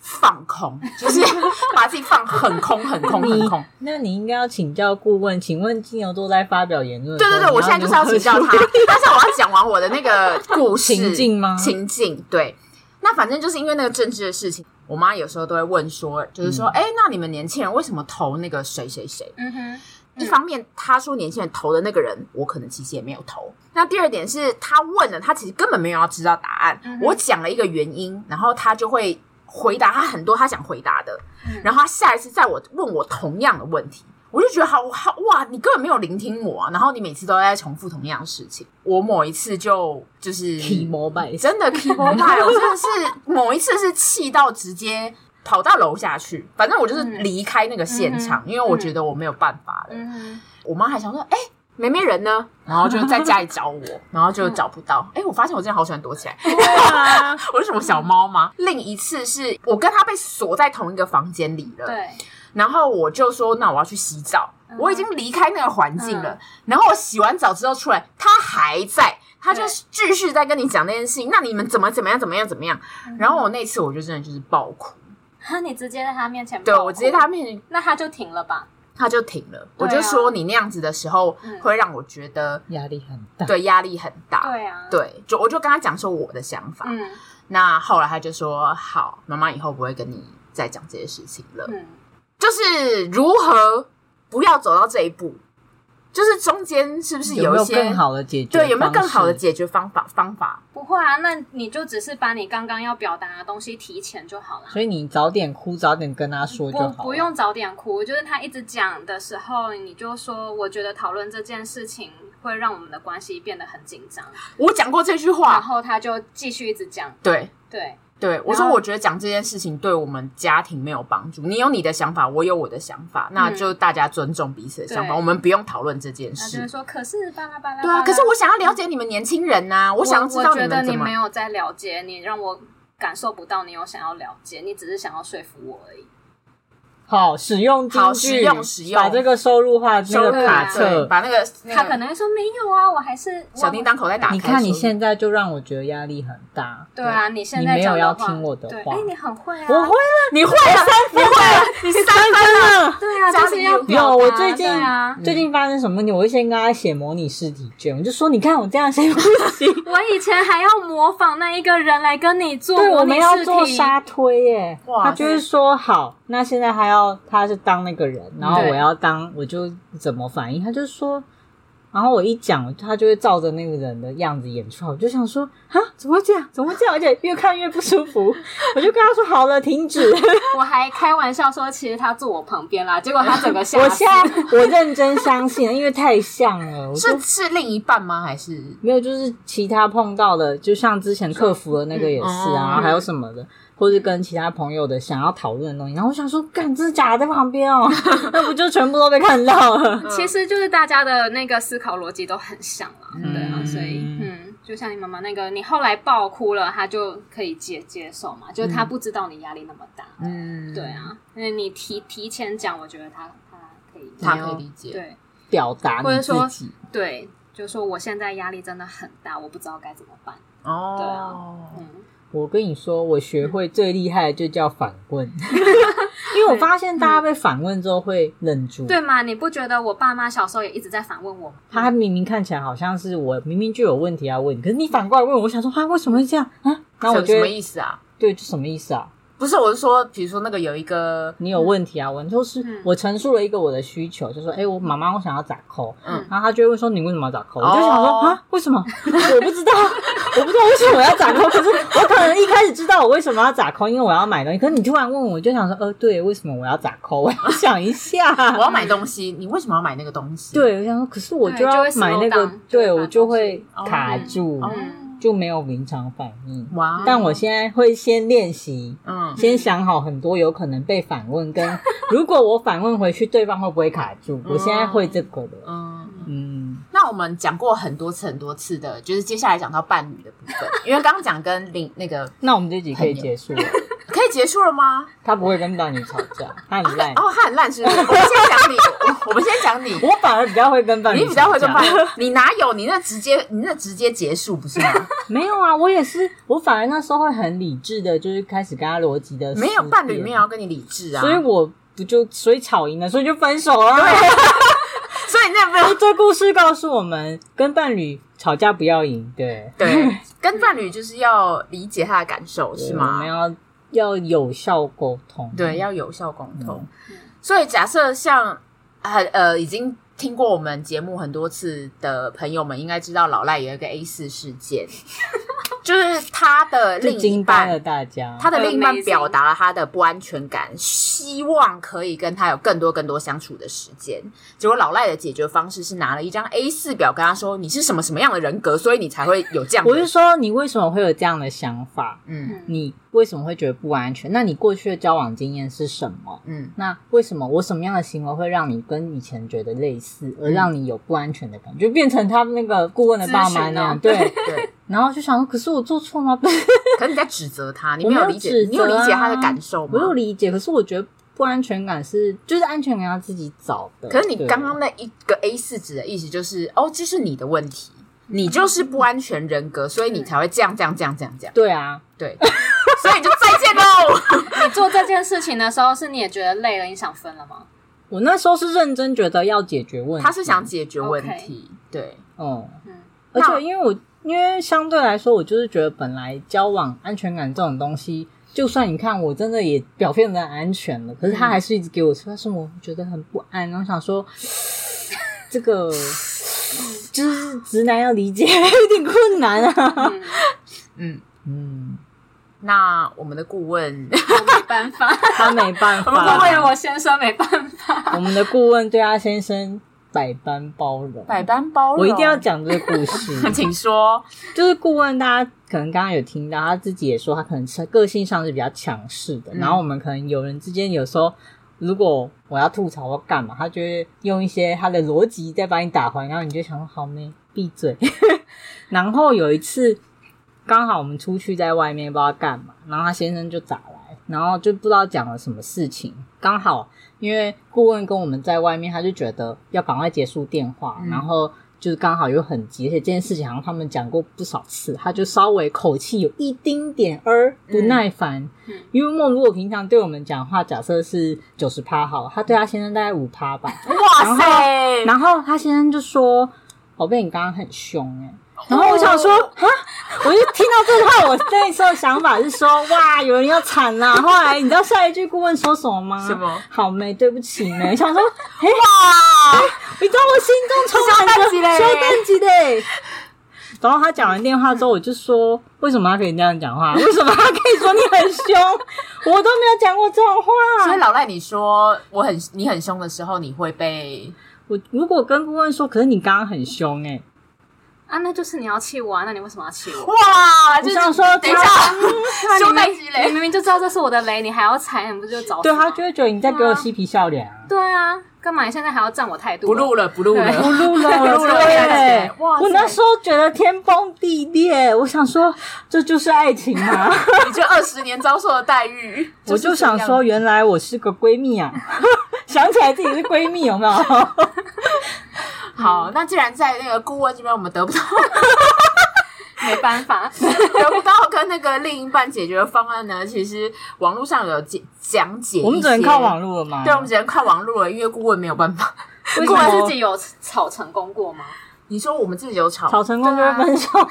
A: 放空，就是 把自己放很空很空很空。
B: 那你应该要请教顾问，请问金牛座在发表言论的时
A: 对
B: 候，
A: 对对，我现在就是要请教他， 但是我要讲完我的那个故事
B: 情境吗
A: 情境对。那反正就是因为那个政治的事情，我妈有时候都会问说，就是说，
B: 嗯
A: 哎、那你们年轻人为什么投那个谁谁谁？
C: 嗯哼，嗯
A: 一方面，她说年轻人投的那个人，我可能其实也没有投。那第二点是，她问了，她其实根本没有要知道答案。
C: 嗯哼
A: 我讲了一个原因，然后她就会回答她很多她想回答的，
C: 嗯
A: 然后她下一次再我问我同样的问题，我就觉得好好哇，你根本没有聆听我、啊，然后你每次都在重复同样的事情。我某一次就 就是
B: 提膜拜，
A: 真的 keyboard 派，我真的是某一次是气到直接跑到楼下去，反正我就是
C: 嗯
A: 离开那个现场，
C: 嗯哼
A: 因为我觉得我没有办法了。
C: 嗯哼，
A: 我妈还想说，哎、妹妹人呢？然后就在家里找我，然后就找不到。哎、我发现我真的好喜欢躲起来，
C: 啊
A: 我是什么小猫吗？另一次是我跟她被锁在同一个房间里了，
C: 对，
A: 然后我就说，那我要去洗澡，
C: 嗯
A: 我已经离开那个环境了。
C: 嗯
A: 然后我洗完澡之后出来，他还在，他就继续在跟你讲那件事情。那你们怎么怎么样怎么样怎么样？
C: 嗯
A: 然后我那次我就真的就是爆哭，
C: 哈，你直接在他面前，
A: 对我直接在他，面前
C: 那他就停了吧？
A: 他就停了，我
C: 对
A: 就
C: 啊
A: 说你那样子的时候
C: 嗯
A: 会让我觉得
B: 压力很 大。
A: 对压力很大。
C: 对啊，，
A: 对，就我就跟他讲说我的想法。
C: 嗯
A: 那后来他就说好，妈妈以后不会跟你再讲这些事情了。
C: 嗯，
A: 就是如何不要走到这一步，就是中间是不是
B: 有没
A: 一
B: 有
A: 些
B: 更好的解决？
A: 对有没有更好的？解决方法方法？
C: 不会啊，那你就只是把你刚刚要表达的东西提前就好了。
B: 所以你早点哭，早点跟他说就
C: 不
B: 好了
C: 不用早点哭，就是他一直讲的时候，你就说，我觉得讨论这件事情会让我们的关系变得很紧张，
A: 我讲过这句
C: 然
A: 话，
C: 后他就继续一直讲，
A: 对
C: 对，
A: 对，我说
C: 然后
A: 我觉得讲这件事情对我们家庭没有帮助。你有你的想法，我有我的想法，那就大家尊重彼此的想法，
C: 对
A: 我们不用讨论这件
C: 那就是
A: 事。
C: 说，可是巴拉巴拉，
A: 对啊，
C: 巴拉
A: 可是我想要了解你们年轻人呐、我
C: 嗯我
A: 想要知道
C: 我觉得
A: 们
C: 你
A: 怎么
C: 没。有在了解，你让我感受不到你有想要了解，你只是想要说服我而已。
B: 好使用金句
A: 好使用使用
B: 把这个收入化这
A: 收
B: 个
A: 入
B: 卡
A: 对
B: 册。
A: 把那个那
C: 啊他
A: 个
C: 可能会说没有啊，我还是
A: 小叮当口袋打开，
B: 你看你
A: 收入
B: 现在就让我觉得压力很大。
C: 对啊，你现
B: 你
C: 在
B: 没有
C: 讲的
B: 要
C: 话
B: 听我的
C: 对
B: 话
C: 哎，你很会啊，
B: 我会啊了，
A: 你会了， 你会了，你哎是三分了。
C: 对啊，
A: 家
C: 就
A: 里
C: 是要
A: 有
C: 表
B: 有我
C: 达
B: 最近
C: 对啊，
B: 最近发生什么问题，我就先跟他写模拟试题卷，我就说你看我这样写不行，
C: 我以前还要模仿那一个人来跟你做
B: 对，
C: 模
B: 我
C: 拟
B: 们要
C: 试
B: 做
C: 题，
B: 沙推耶。
A: 哇
B: 他就是说好，那现在还要他是当那个人，然后
A: 对
B: 我要当，我就怎么反应？他就说，然后我一讲，他就会照着那个人的样子演出来。我就想说啊，怎么会这样？怎么会这样？而且越看越不舒 服。我就跟他说好了，停止。
C: 我还开玩笑说，其实他坐我旁边啦，结果他整个吓
B: 我
C: 死
B: 现。在我认真相信了，因为太像了。我就是
A: 是另一半吗？还是
B: 没有，就是其他碰到的，就像之前客服的那个也是
A: 嗯
B: 啊，
A: 哦
B: 还有什么的，或是跟其他朋友的想要讨论的东西，然后我想说，干，真的假的在旁边 哦，那不就全部都被看到了？
C: 其实就是大家的那个思考逻辑都很像啦，
A: 嗯
C: 对啊，所以嗯，就像你妈妈那个，你后来爆哭了，她就可以接接受嘛，就是她不知道你压力那么大，
A: 嗯，
C: 对，啊，那你提提前讲，我觉得她她可以，
A: 他可以理解。
C: 对
B: 表达
C: 或
B: 你
C: 者
B: 自
C: 说
B: 己，
C: 对，就说我现在压力真的很大，我不知道该怎么办，对
A: 哦
C: 啊，嗯，
B: 我跟你说，我学会最厉害的就叫反问， 因为我发现大家被反问之后会愣住，
C: 对嘛？你不觉得我爸妈小时候也一直在反问我吗？
B: 他明明看起来好像是我明明就有问题要问你，可是你反过来问我，我想说，啊，为什么会这样啊？然后我
A: 什
B: 觉
A: 什么
B: 得，
A: 意思啊？
B: 对，这什么意思啊？
A: 不是，我是说，比如说那个有一个，
B: 你有问题啊？我就是、
C: 嗯
B: 我陈述了一个我的需求，就说，哎、我妈妈我想要打扣，
A: 嗯，
B: 然后他就会问说，你为什么要打扣？
A: 哦
B: 我就想说啊，为什么？ 我不知道，我不知道为什么我要打扣。可是我可能一开始知道我为什么要打扣，因为我要买东西。可是你突然问我，我就想说，呃，对，为什么我要打扣？我
C: 哦
B: 要想一
A: 我
B: 下。
A: 要买东西，你为什么要买那个东西？，
B: 对，我想说，可是我
C: 对
B: 就要
C: 就会
B: 买那
C: slow
B: 个
C: down，，
B: 对
C: 就会
B: 我就会
A: 把东西
B: 卡住。
A: 哦
C: 嗯，哦
B: 就没有临场反应。
D: 哇
B: 但我现在会先练习，
D: 嗯，
B: 先想好很多有可能被反 问，跟如果我反问回去，对方会不会卡住？我现在
A: 哦
B: 会这个了。
D: 嗯，
B: 嗯，
A: 那我们讲过很多次很多次的，就是接下来讲到伴侣的部分，因为刚刚讲跟领那个
B: 那我们这集可以结束了。
A: 可以结束了吗？
B: 他不会跟伴侣吵架，他
A: 啊
B: 很烂。
D: 哦，他很烂是不是？
A: 我们先讲你，我我们先讲你，
B: 我反而比较会跟伴侣，
A: 你比较会跟伴。侣，你哪有？你那直接你那直接结束不是 吗？
B: 没有啊，我也是，我反而那时候会很理智的，就是开始跟他逻辑的。
A: 没有伴侣没有，要跟你理智啊，
B: 所以我不就所以吵赢了，所以就分手了。
A: 啊所以那没有
B: 这故事告诉我们，跟伴侣吵架不要赢，对，
A: 对，
D: 跟伴侣就是要理解他的感受是
B: 我
D: 吗
B: 们？要要有效沟通，
A: 对，要有效沟通。
B: 嗯
A: 所以假设像很呃已经听过我们节目很多次的朋友们，应该知道老赖有一个 A 四事 件，就是他的
B: 就
A: 另一
B: 惊呆了
A: 半。
B: 大家。
A: 他的另一半
C: Amazing
A: 表达了他的不安全感，希望可以跟他有更多更多相处的时间。结果老赖的解决方式是拿了一张 A 四表跟他说：“你是什么什么样的人格，所以你才会有这样的。”
B: 我是说，你为什么会有这样的想法？
A: 嗯
B: 你为什么会觉得不安全？那你过去的交往经验是什么？
A: 嗯
B: 那为什么我什么样的行为会让你跟以前觉得类似，
A: 嗯
B: 而让你有不安全的感觉，就变成他们那个顾问的爸妈那样？
C: 咨询
A: 哦
B: 对。
A: 嗯对。
B: 然后就想说，可是我做错吗？不是，
A: 可是你在指责他，你
B: 我
A: 没有
B: 没有
A: 理解，
B: 指责啊
A: 你有理解他的感受吗？
B: 我有理解，可是我觉得不安全感是就是安全感要自己找的。
A: 可是你
B: 对
A: 刚刚那一个 A 四纸的意思就是，哦，这是你的问题，你就是不安全人
B: 嗯
A: 格，所以你才会这样这样这样这样这样。
B: 对啊，
A: 对，所以你就再见喽。
C: 你做这件事情的时候，是你也觉得累了，你想分了吗？
B: 我那时候是认真觉得要解决问题，
A: 他是想解决问题，对，
B: 嗯
C: 嗯，
B: 而
A: 那
B: 且因为我因为相对来说，我就是觉得本来交往安全感这种东西，就算你看我真的也表现的安全了，可是
A: 嗯
B: 他还是一直给我说，但是我觉得很不安，然后想说这 个。就是直男要理解 有点困难 啊，
C: 嗯，
A: 嗯。
B: 嗯，
A: 那我们的顾 问，
C: 我没办法，
B: 他没办
C: 我不为了
B: 法，
C: 我先生没办法。
B: 我们的顾问对他先生百般包容，
A: 百般包容，
B: 我一定要，讲这个故 事，
A: 请说。
B: 就是顾问，大家可能刚刚有听到，他自己也说，他可能是个性上是比较强势的。
A: 嗯
B: 然后我们可能有人之间有时候，如果我要吐槽或干嘛，他就会用一些他的逻辑再把你打回来，然后你就想说好没闭嘴。 然后有一次，刚好我们出去在外面不知道干嘛，然后他先生就打来，然后就不知道讲了什么事情，刚好因为顾问跟我们在外面，他就觉得要赶快结束电话，
A: 嗯
B: 然后就是刚好又很急，而且这件事情好像他们讲过不少次，他就稍微口气有一丁点儿不耐烦，
C: 嗯
B: 因为莫如果平常对我们讲话，假设是九十趴好了，他对他先生大概五趴吧，
A: 哇塞，
B: 然后他先生就说：“宝贝，你刚刚很凶哎、
A: 哦
B: 然后我想说，哈，我就听到这句话，我那时候想法是说，哇，有人要惨 啦。后来你知道下一句顾问说什么吗？
A: 什么？
B: 好妹，对不起 妹。想说，
A: 哇，
B: 你知道我心中充满
A: 消
B: 着
A: 淡级嘞
B: 消淡级的欸。然后他讲完电话之后，我就说：“为什么他可以这 样讲话？为什么他可以说你很凶？我都没有讲过这种话。”
A: 所以老赖，你说我很你很凶的时候，你会被
B: 我如果跟顾问说，可是你刚刚很凶哎、
C: 啊，那就是你要气我啊，那你为什么要气我？
A: 哇，
B: 我
A: 就是
B: 想说，
A: 等一下，
C: 那你
A: 修蛋
C: 明
A: 积累
C: 你明明就知道这是我的雷，你还要踩，你不就找死
B: 对
C: 吗
B: 他就会觉得你在给我嬉皮笑脸啊。
C: 对啊，干嘛你现在还要占我态度？
A: 不录了，不录了
C: 对，啊
B: 不录 了，
A: 不录了
B: 对
A: 哇塞
B: 我那时候觉得天崩地裂，我想说这就是爱情 吗？
A: 你这二十年遭受的待遇，
B: 我
A: 是
B: 就
A: 这样
B: 想说，嗯原来我是个闺蜜啊， 想起来自己是闺蜜，有没 有？
A: 好，那既然在那个顾问这边我们得不到
C: 没办 法，
A: 得不到跟那个另一半解决的方案呢，其实网络上有解讲解，
B: 我们只能靠网，络了吗？
A: 对，我们只能靠网络了，因为顾问没有办法。
B: 为
C: 顾
B: 什
C: 问自
B: 么
C: 己有吵成功过吗？
A: 你说我们自己有吵，
B: 吵成功就会
C: 啊
B: 分手？啊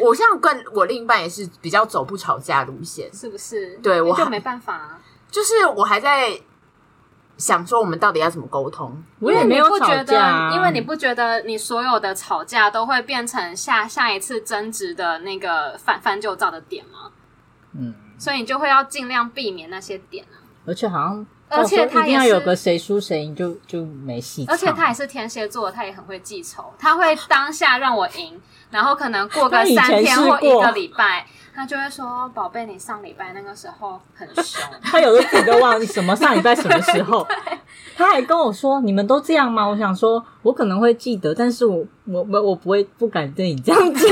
A: 我像跟我另一半也是比较走不吵架路线，
C: 是不是？
A: 对我
C: 那就
A: 还
C: 没办法 啊。
A: 就是我还在想说我们到底要怎么沟通，
B: 我
C: 因
B: 也
C: 为
B: 没
C: 你
B: 有
C: 不
B: 吵
C: 觉
B: 架
C: 得，
B: 啊，
C: 因为你不觉得你所有的吵架都会变成下下一次争执的那个翻翻旧照的点吗？
B: 嗯，
C: 所以你就会要尽量避免那些点啊。
B: 而且好像
C: 而且
B: 到时候
C: 他
B: 一定
C: 也
B: 要
C: 是，
B: 有个谁输谁赢就就没戏唱。
C: 而且他也是天蝎座，他也很会记仇，他会当下让我赢，然后可能过个
B: 他以前
C: 三天
B: 试
C: 或一
B: 过
C: 个礼拜，他就会说：“宝贝，你上礼拜那个时候很凶。
B: 他有的自己都忘记什么上礼拜什么 时候，他还跟我说：“你们都这样吗？”我想说，我可能会记得，但是我我我我不会不敢对你这样讲。”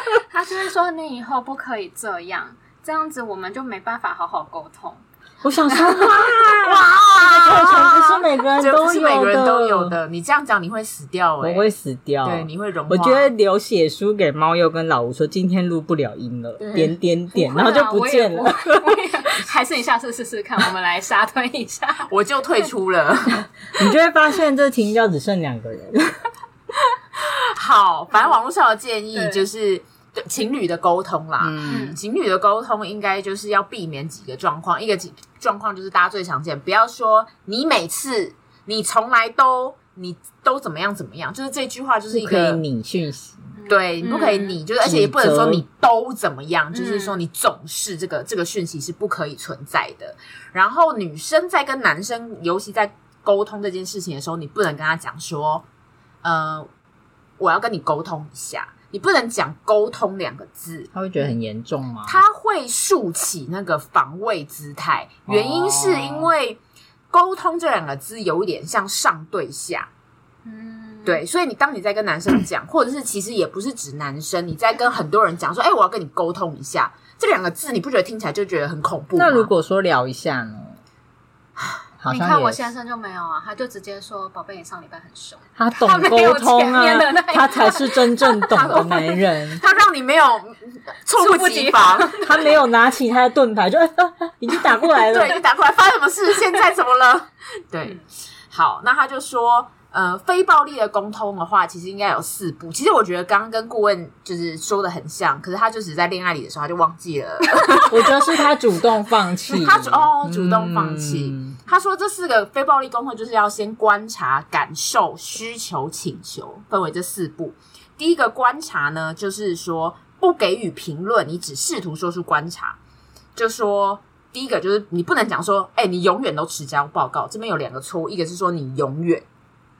C: 他就会说：“你以后不可以这样，这样子我们就没办法好好沟通。
B: 我想说，哇 哇，这个过程不是每个人
A: 这不
B: 都
A: 是
B: 有
A: 每
B: 的，
A: 个人都有，的。你这样讲你会死掉、欸，
B: 我会死掉。
A: 对，你会融化。
B: 我觉得流血书给猫又跟老吴说，今天录不了音了，点点点，
C: 不 会
B: 然
C: 啊
B: 后就不见了。
C: 我也我 我也还是你下次试试看，我们来沙吞一下。
A: 我就退出了。
B: 你就会发现这停教只剩两个
A: 嗯
B: 人。
A: 好，反正网络上的建议
C: 对
A: 就是对情侣的沟通啦。
B: 嗯，
A: 情侣的沟通应该就是要避免几个状况，一个状况就是大家最常见，不要说你每次、你从来都、你都怎么样怎么样，就是这句话就是
B: 不
A: 一
B: 可以
A: 个
B: 拟讯息，
A: 对，你不可以
C: 嗯
A: 你，就是而且也不能说
B: 指责
A: 你都怎么样，就是
C: 嗯
A: 说你总是这个这个讯息是不可以存在的。然后女生在跟男生，尤其在沟通这件事情的时候，你不能跟他讲说，呃，我要跟你沟通一下，你不能讲沟通两个字。
B: 他会觉得很严重吗？
A: 他会竖起那个防卫姿态，原因是因为沟通这两个字有一点像上对下，
C: 嗯，
A: 对，所以你当你在跟男生讲，或者是其实也不是指男生，你在跟很多人讲说，哎、我要跟你沟通一下，这两个字你不觉得听起来就觉得很恐怖吗？。
B: 那如果说聊一下呢？好
C: 你
B: 像
C: 看我
B: 也
C: 先生就没有啊，他就直接说：“宝贝，你上礼拜很凶。
B: 他懂
C: 他没有
B: 沟通啊
C: 前面的那，一
B: 他才是真正懂的男人
A: 他让你没有嗯猝
C: 猝不
A: 及
C: 及
A: 防，
B: 他没有拿起他的盾牌，就、哎啊啊已经打过来
A: 对，
B: 了。
A: 就打过来，发生什么事？现在怎么了？ 对，好，那他就说，呃，非暴力的沟通的话，其实应该有四步。其实我觉得刚刚跟顾问就是说的很像，可是他就只在恋爱里的时候他就忘记了。
B: 我觉得是他主动放弃，
A: 他主哦主动放弃
B: 嗯
A: 他说这四个非暴力沟通就是要先观察、感受、需求、请求，分为这四步。第一个观察呢，就是说不给予评论，你只试图说出观察，就说。第一个就是你不能讲说，哎、你永远都迟交报告。这边有两个错误，一个是说你永远，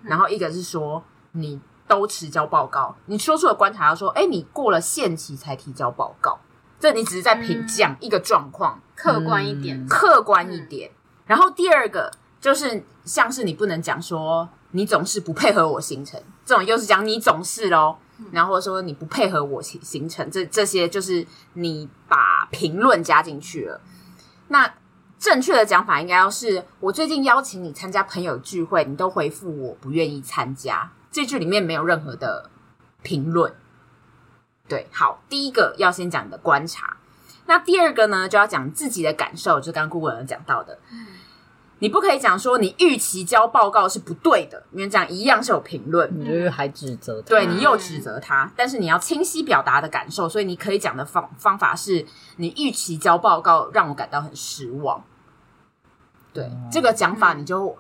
C: 嗯
A: 然后一个是说你都迟交报告。你说出了观察，说，哎、你过了限期才提交报告，这你只是在评价一个状况。”
C: 嗯客观一点，
B: 嗯
A: 客观一点。然后第二个就是像是你不能讲说你总是不配合我行程，这种又是讲你总是咯，然后或者说你不配合我行行程，这这些就是你把评论加进去了。那正确的讲法应该要是我最近邀请你参加朋友聚会，你都回复我不愿意参加，这句里面没有任何的评论。对，好，第一个要先讲你的观察，那第二个呢，就要讲自己的感受，就刚刚顾问有讲到的，你不可以讲说你预期交报告是不对的，因为这样一样是有评论，
B: 你就是还指责他。
A: 对你又指责他，但是你要清晰表达的感受，所以你可以讲的方方法是你预期交报告让我感到很失望。对、
B: 嗯
A: 这个讲法，你就、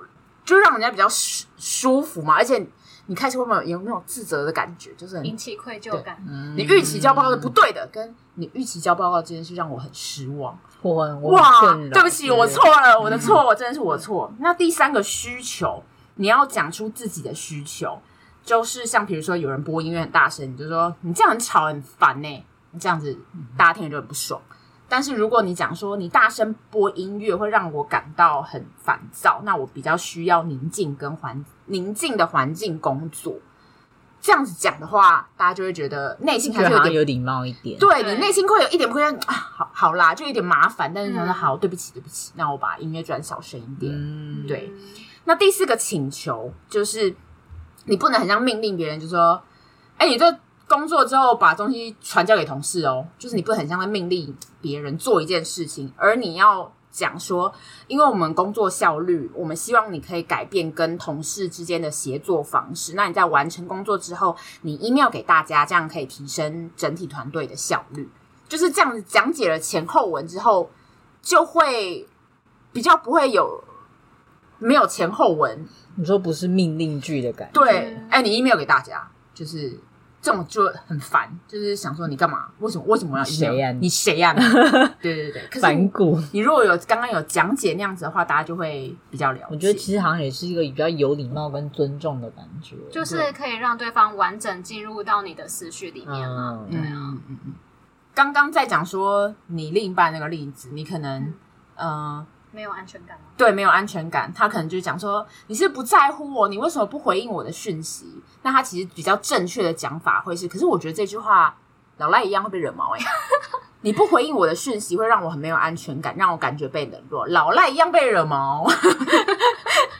A: 就让人家比较舒舒服嘛，而且你开始会不会有有那种自责的感觉，就是很
C: 引起愧疚感。
B: 嗯
A: 你预期交报告是不对的，跟你预期交报告这件事让我很失望。
B: 我很我
A: 哇
B: 很困扰，
A: 对不起，我错了，我的错，我真的是我错。那第三个需求，你要讲出自己的需求，就是像比如说有人播音乐很大声，你就说你这样很吵很烦呢、你这样子大家听了就很不爽。但是如果你讲说你大声播音乐会让我感到很烦躁，那我比较需要宁静跟环宁静的环境工作。这样子讲的话，大家就会觉得内心
B: 觉
A: 还是
B: 得
A: 有
B: 好像
A: 点
B: 有礼貌一点。
A: 对
C: 对
A: 你内心会有一点不愿啊，好好啦，就有点麻烦，但是想说
C: 嗯
A: 好，对不起，对不起，那我把音乐转小声一点。
B: 嗯，
A: 对，那第四个请求就是，你不能很像命令别人，就说，哎、你这工作之后把东西传交给同事哦，就是你不能很像在命令别人做一件事情，而你要。讲说，因为我们工作效率，我们希望你可以改变跟同事之间的协作方式。那你在完成工作之后，你 email 给大家，这样可以提升整体团队的效率。就是这样子讲解了前后文之后，就会比较不会有没有前后文。
B: 你说不是命令句的感觉，
A: 对
C: 嗯，
A: 哎、你 email 给大家，就是这种就很烦，就是想说你干嘛？为什么为什么要 email？
B: 谁呀你
A: 你谁 呀、你对对对，可
B: 反
A: 是
B: 骨。
A: 你如果有刚刚有讲解那样子的话，大家就会比较了解。
B: 我觉得其实好像也是一个比较有礼貌跟尊重的感觉，
C: 就是可以让对方完整进入到你的思绪里面嘛。
B: 嗯
C: 对啊，
A: 嗯嗯嗯。刚刚在讲说你另一半那个例子，你可能嗯、呃
C: 没有安全感吗？
A: 对没有安全感，他可能就讲说你是不在乎我，你为什么不回应我的讯息？那他其实比较正确的讲法会是，可是我觉得这句话老赖一样会被惹毛哎、欸 你不回应我的讯息会让我很没有安全感，让我感觉被冷落，老赖一样被惹毛。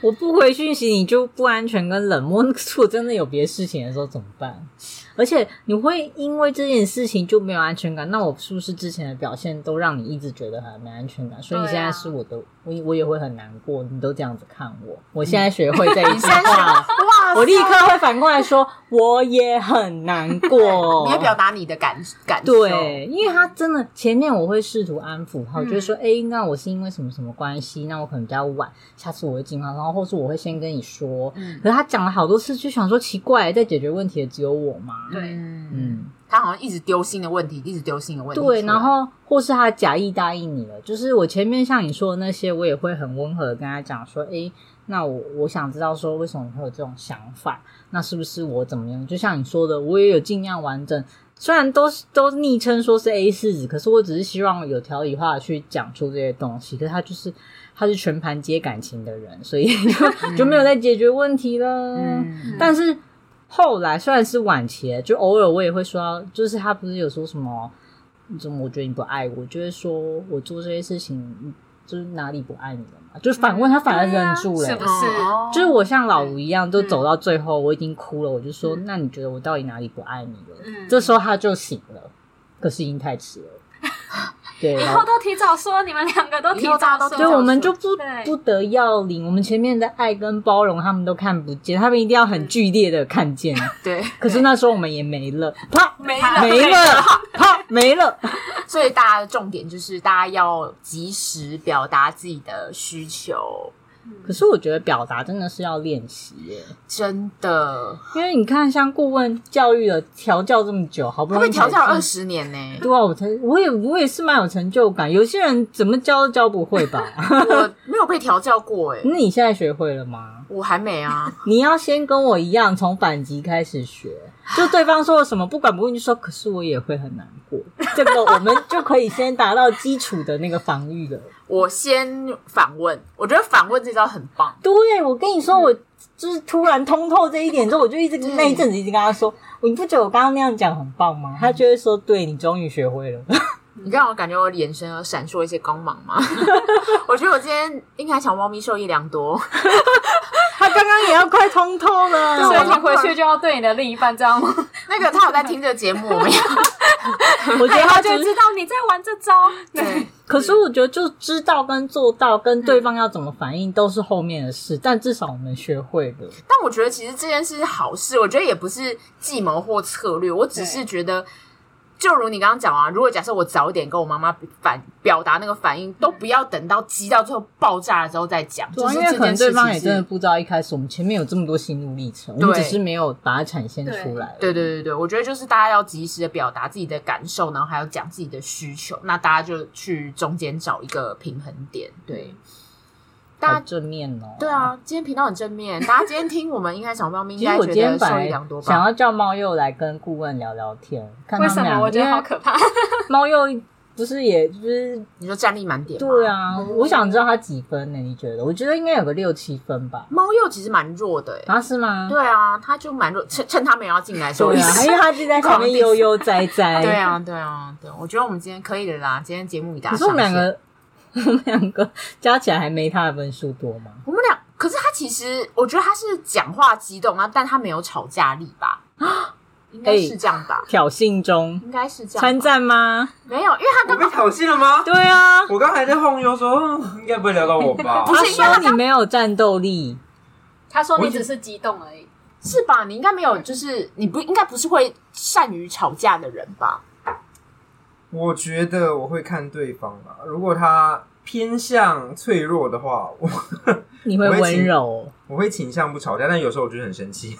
B: 我不回讯息，你就不安全跟冷漠。 可是我真的有别的事情的时候怎么办？而且你会因为这件事情就没有安全感，那我是不是之前的表现都让你一直觉得很没安全感？所以你
C: 对啊
B: 现在是我的，我我也会很难过。你都这样子看我，我现在学会这一
A: 嗯 你
B: 句
A: 现在学
B: 话，
A: 哇
B: 我立刻会反过来说，我也很难过。
A: 你要表达你的感感受，
B: 对，因为他真的前面我会试图安抚
A: 嗯
B: 他，我就会说，哎、那我是因为什么什么关系，那我可能比较晚，下次我会尽快，然后或是我会先跟你说。
A: 嗯
B: 可是他讲了好多次，就想说奇怪，在解决问题的只有我吗？
C: 对
A: 嗯，
B: 嗯，
A: 他好像一直丢新的问题，一直丢新的问题出来。
B: 对，然后或是他假意答应你了，就是我前面像你说的那些，我也会很温和的跟他讲说，诶，那我我想知道说为什么你会有这种想法，那是不是我怎么样？就像你说的，我也有尽量完整，虽然都是都昵称说是 A 四纸，可是我只是希望有条理化的去讲出这些东西，可是他就是他是全盘接感情的人，所以 就就没有再解决问题了。
A: 嗯，
B: 但是后来虽然是晚期了，就偶尔我也会说到，就是他不是有说什么，怎么我觉得你不爱我，就会说我做这些事情就是哪里不爱你了嘛，就反问他反而忍住了、
C: 嗯
B: 欸
C: 对啊是不
A: 嗯哦
B: 就是我像老吴一样，都走到最后，我已经哭了，我就说：“那你觉得我到底哪里不爱你了？”
C: 嗯
B: 这时候他就醒了，可是已经太迟了。 对，
C: 以
B: 然
C: 后
B: 后
C: 都提早说，你们两个都提
A: 以后大
C: 早
A: 家
C: 说
A: 都，
B: 嗯所以我们就不
C: 对
B: 不得要领，我们前面的爱跟包容他们都看不见，他们一定要很剧烈的看见。
A: 对，
B: 可是那时候我们也没了，啪
A: 没了
B: 没 了，啪没了。
A: 所以大家的重点就是大家要及时表达自己的需求，
B: 可是我觉得表达真的是要练习耶，
A: 真的，
B: 因为你看，像顾问教育了调教这么久，好不
A: 他
B: 容易
A: 被调教了
B: 才
A: 二十年呢、
B: 对啊，我才我也我也是蛮有成就感。有些人怎么教都教不会吧？
A: 我没有被调教过哎、
B: 那你现在学会了吗？
A: 我还没啊，
B: 你要先跟我一样，从反击开始学。就对方说了什么，不管不问，就说可是我也会很难过。这个我们就可以先达到基础的那个防御了。
A: 我先反问，我觉得反问这招很棒，
B: 对，我跟你说，我就是突然通透这一点之后，我就一直那一阵子一直跟他说，你不觉得我刚刚那样讲很棒吗？他就会说，对你终于学会了。嗯
A: 你让我感觉我眼神有闪烁一些光芒吗？ 我觉得我今天应该小猫咪受益良多，
B: 他刚刚也要快通透了，
C: 所以你回去就要对你的另一半这样吗？
A: 那个他有在 听这个节目，我们要
B: 我觉 得他
C: 他
B: 只
C: 就
B: 是
C: 会知道你在玩这招。
A: 对。
B: 可是我觉得，就知道跟做到，跟对方要怎么反应，都是后面的事。但至少我们学会了，
A: 但我觉得其实这件事是好事，我觉得也不是计谋或策略，我只是觉得，就如你刚刚讲啊，如果假设我早一点跟我妈妈反表达那个反应，都不要等到激到最后爆炸了之后再讲，
B: 对
A: 就
B: 啊
A: 是
B: 因为
A: 这
B: 可
A: 件
B: 能
A: 事
B: 对方
A: 情
B: 也真的
A: 是。
B: 不知道一开始我们前面有这么多心路历程，我们
A: 对
B: 只是没有把它展现出来。
A: 对对对对，我觉得就是大家要及时的表达自己的感受，然后还要讲自己的需求，那大家就去中间找一个平衡点。对，大
B: 好
A: 家
B: 正面哦。
A: 嗯对。啊，今天频道很正面，大家今天听我们应该小猫咪应
B: 其实
A: 该
B: 我今
A: 觉
B: 天
A: 得
B: 本
A: 受益
B: 来
A: 良多吧？
B: 想要叫猫鼬来跟顾问聊聊天，看
C: 为
B: 他
C: 什
B: 们
C: 么
B: 俩，
C: 我觉
B: 因
C: 得
B: 为
C: 好可怕？
B: 猫鼬不是也就是
A: 你说战力满点吗？
B: 对啊，我想知道他几分呢？你觉得？我觉得应该有个六七分吧？
A: 猫鼬其实蛮弱的、欸，
B: 啊，是吗？
A: 对啊，他就蛮弱，趁趁他没有要进来的时候，
B: 对啊，因为他就在前面悠悠哉哉。
A: 对啊，对啊，对，我觉得我们今天可以的啦，今天节目给大
B: 可
A: 家
B: 是
A: 上
B: 我们两
A: 线。
B: 个，我们两个加起来还没他的分数多吗？
A: 我们俩，可是他其实，我觉得他是讲话激动啊，但他没有吵架力 吧？应该是这样吧？
B: 挑衅中
A: 应该是这样
B: 哎参
A: 吧，
B: 战吗？
A: 没有，因为他
E: 我
A: 刚
E: 被挑衅了吗？
B: 对啊，
E: 我刚才在晃悠说，嗯应该不会聊到我吧？
A: 不
B: 他
A: 是因为他
B: 说你没有战斗力，
C: 他说
E: 我
C: 你
E: 觉
C: 只是激动而已。
A: 是吧？你应该没有，就是你不应该不是会善于吵架的人吧？
E: 啊我觉得我会看对方吧。如果他偏向脆弱的话，我
B: 你会温柔，
E: 我会倾向不吵架，但有时候我就是很生气，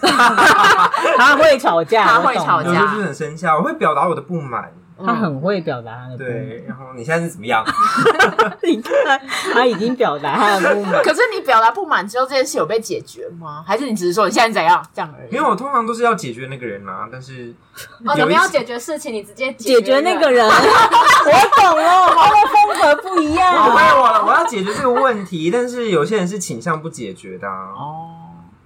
B: 他会吵架，
F: 他
B: 我
F: 会
B: 懂
F: 吵
E: 有
F: 架
E: 时候就是很生气啊，我会表达我的不满。
B: 他
A: 嗯
B: 很会表达他的不
E: 对，然后你现在是怎么样？
B: 满。 你看，他已经表达他的不满。
A: 可是你表达不满之后，这件事有被解决吗？还是你只是说你现在怎样这样而已？
E: 因为我通常都是要解决那个人啊，但是
C: 哦，你
E: 有
C: 不
E: 一
C: 要
E: 次
C: 解决事情，你直接
B: 解决
C: 决
B: 那个人， 我懂了，他的风格不一样。
E: 我为我了，我要解决这个问题，但是有些人是倾向不解决的、啊。
A: 哦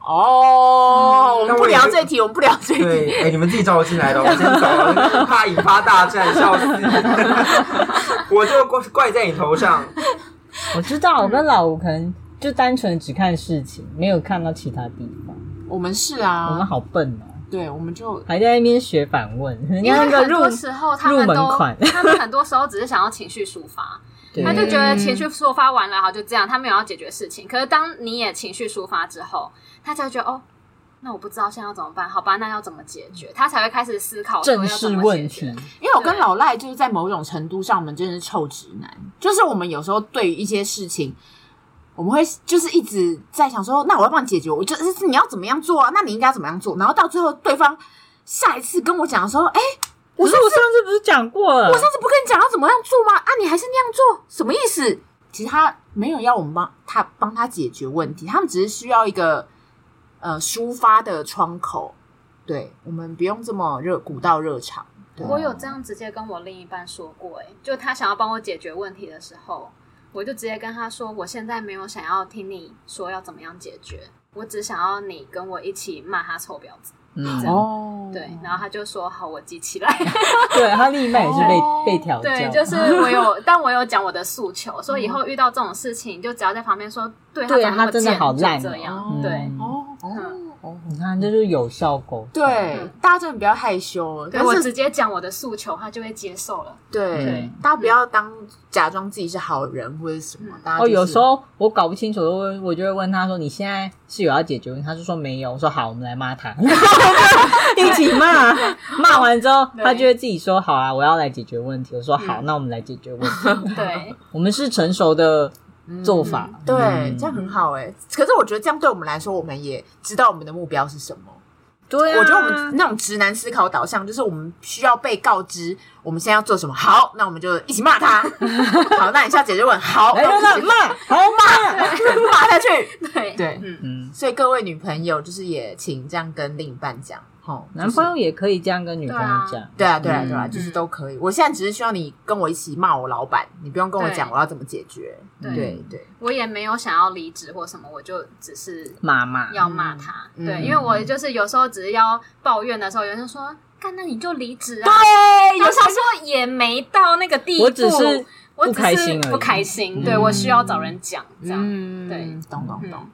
A: 哦，我
E: 那
A: 们
E: 我
A: 不
E: 也
A: 聊
E: 是
A: 这一题，我们不聊这一题。
E: 对，哎、你们自己找我进来的，我先走了，怕引发大战，笑死！ 我就怪怪在你头上，
B: 我知道，我跟老吴可能就单纯只看事情，没有看到其他地方。
A: 我们是
B: 我们
A: 啊，
B: 好笨哦，
A: 对，我们就
B: 还在那边学反问，人
C: 因
B: 家
C: 为
B: 那个
C: 很
B: 入
C: 多时候他们
B: 入门
C: 都
B: 款，
C: 他们很多时候只是想要情绪抒发，
B: 对
C: 他就觉得情绪抒发完了，好就这样，他没有要解决事情。可是当你也情绪抒发之后，他才会觉得哦，那我不知道现在要怎么办，好吧，那要怎么解决？他才会开始思考说
B: 正
C: 要怎
B: 视
C: 么
B: 问
C: 解决
B: 题。，
A: 因为我跟老赖就是在某种程度上，我们真的是臭直男，就是我们有时候对于一些事情。我们会就是一直在想说，那我要帮你解决，我就是你要怎么样做啊？那你应该要怎么样做？然后到最后，对方下一次跟我讲说，哎、
B: 可是我上次不是讲过了
A: 我？上次不跟你讲要怎么样做吗？啊，你还是那样做，什么意思？其实他没有要我们帮他帮他解决问题，他们只是需要一个呃抒发的窗口。对我们不用这么热古道热肠。对
C: 我有这样直接跟我另一半说过、欸，哎，就他想要帮我解决问题的时候，我就直接跟他说，我现在没有想要听你说要怎么样解决，我只想要你跟我一起骂他臭婊子。
B: 嗯，
A: 哦，
C: 对，然后他就说好，我记起来。
B: 对他另一半也是被
A: 哦
B: 被调教，
C: 对，就是我有，但我有讲我的诉求，所以以后遇到这种事情，就只要在旁边说，对
B: 嗯对
C: 怎么那
B: 他
C: 么
B: 真的
C: 贱
B: 好
C: 就
B: 烂
C: 这
B: 哦
C: 样，
A: 嗯
C: 对。
A: 哦哦
C: 嗯
A: 哦，
B: 你看这就是有效沟通。
A: 对，大家真的不要害羞，
C: 对
A: 但
C: 我
A: 是
C: 直接讲我的诉求，他就会接 受了。
A: 对
B: 嗯
A: 大家不要当假装自己是好人或者什
C: 嗯
A: 么，大家啊
B: 哦，
A: 就是
B: 有时候我搞不清楚，我会我就会问他说：“你现在是有要解决问题？”他就说没有。我说好，我们来骂 他，一起骂。骂完之后，
C: 对
B: 他就会自己说：“好啊，我要来解决问题。”我说：“好，那我们来解决问题。
C: 对，”
B: 我们是成熟的做法，
A: 对
B: 嗯
A: 这样很好哎。可是我觉得这样对我们来说，我们也知道我们的目标是什么。
B: 对啊。
A: 我觉得我们那种直男思考导向，就是我们需要被告知我们现在要做什么。好，那我们就一起骂 他。好，那你下解决问好，
B: 来
A: 那我
B: 来
A: 们
B: 来
A: 就
B: 哎骂，好骂。
A: 骂骂下去。
C: 对，
A: 对，
C: 嗯，
B: 嗯，
A: 所以各位女朋友就是也请这样跟另一半讲，吼，
B: 男朋友也可以这样跟女朋友
C: 对
B: 讲。
A: 对啊，对啊，
B: 嗯
A: 对啊，就是都可以。我现在只是需要你跟我一起骂我老板，你不用跟我讲
C: 对
A: 我要怎么解决。
C: 对
A: 对对，
C: 我也没有想要离职或什么，我就只是
B: 妈妈，
C: 要骂他。
A: 嗯
C: 对，
A: 嗯
C: 因为我就是有时候只是要抱怨的时候，有人就说：“干，那你就离职啊。”
A: 对
C: 我想说也没到那个地步，
B: 我只是
C: 我
B: 不
C: 只
B: 开心而已
C: 是不开心，对
B: 嗯
C: 我需要找人讲这样。
A: 嗯，
C: 对，
A: 懂懂懂
C: 嗯。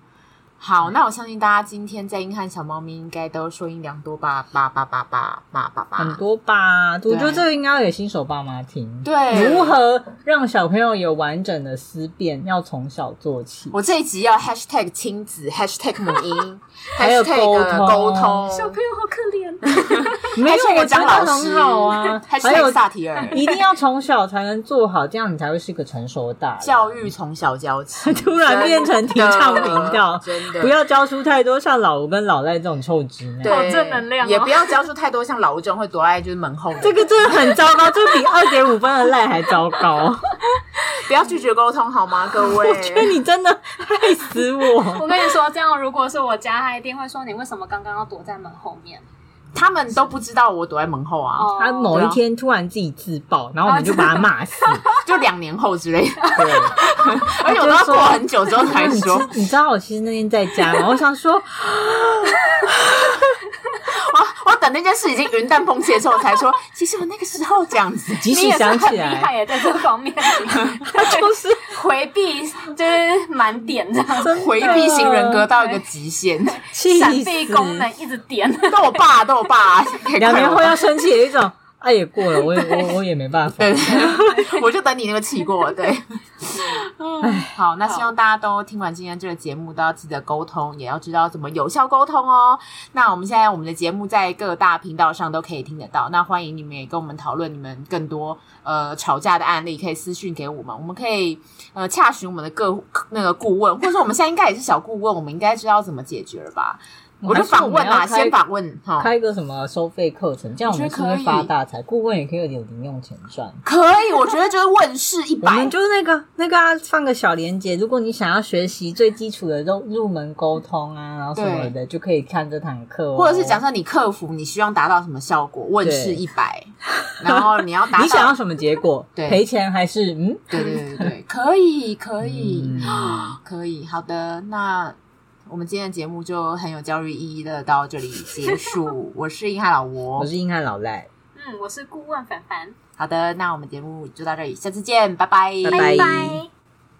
A: 好，那我相信大家今天在英汉小猫咪应该都说音良多吧，吧吧吧吧吧吧吧，
B: 很多吧，我觉得这个应该要给新手爸妈听。
A: 对
B: 如何让小朋友有完整的思辨，要从小做起。
A: 我这一集要 hashtag 亲子，hashtag 母婴
B: 还有
A: ，hashtag 呃
B: 沟通
A: 沟
C: 小
A: 通，
C: 朋友好可怜，啊
B: 没有，我觉
A: 张
B: 得
A: 老
B: 很
A: 师。
B: 好啊 还有哎
A: ，hashtag 萨提尔，
B: 一定要从小才能做好，这样你才会是个成熟的大人。
A: 教育从小教起，
B: 突然变成提倡频道，
A: 真的
B: 不。要教出太多像老吴跟老赖这种臭直男。
A: 对，
C: 好正能量哦
A: 也不要教出太多像老郑会躲在就是门后的，
B: 这个真的很糟糕，这比二点五分的赖还 糟糕。
A: 不要拒绝沟通好 吗？各位，
B: 我觉得你真的害死我。
C: 我跟你说，这样如果是我家，他一定会说你为什么刚刚要躲在门后面？
A: 他们都不知道我躲在门后啊，
C: 哦
B: 他某一天突然自己自爆，然后我们就把他 骂死。
A: 就两年后之类的，
B: 对，
A: 而 且我都要过很久之后 才
B: 你知
A: 说，
B: 你知道我其实那天在家嘛，我想说，
A: 哦我我等那件事已经云淡风轻的时候我才说，其实我那个时候这样子，
B: 即
C: 你
B: 使
C: 也是
B: 想
C: 很
B: 起
C: 厉害
B: 来，
C: 耶，在这方 面
B: 就是
C: 回避就是满点这样，
A: 回避型人格到一个极限。
B: 气
C: 闪
B: 死
C: 避功能一直点。
A: 都我爸，都我爸，
B: 两年后要生气的一种，啊也过了，我也 我我也没办法。
A: 我就等你那个气过，对。
C: 嗯
A: 好，那希望大家都听完今天这个节目，都要记得沟通，也要知道怎么有效沟通哦。那我们现在我们的节目在各大频道上都可以听得到，那欢迎你们也跟我们讨论你们更多呃吵架的案例，可以私讯给我们，我们可以呃洽询我们的各那个顾问，或者说我们现在应该也是小顾问，我们应该知道怎么解决了吧？我就访问啦，
B: 嗯还是
A: 先
B: 我们要开
A: 访问哈。
B: 开一个什么收费课程，这样我们是不
A: 我觉得
B: 是
A: 可以
B: 发大财？顾问也可以有点零用钱赚。
A: 可以，我觉得就是问世一
B: 我
A: 百
B: 们，就是那个那个、啊、放个小连接，如果你想要学习最基础的入入门沟通啊，然后什么的，就可以看这堂课、哦。
A: 或者是假设你克服，你希望达到什么效果？问世
B: 对
A: 一百，然后你要达到，
B: 你想要什么结果？
A: 对
B: 赔钱还是嗯？
A: 对对对对， 可以可以、
B: 嗯
A: 可以，好的，那我们今天的节目就很有教育意义的到这里结 束。我是硬汉老
B: 我
A: 吴，
B: 是硬汉老赖，
C: 嗯，我是顾问凡凡，
A: 好的，那我们节目就到这里，下次见，拜拜，
B: 拜
C: 拜。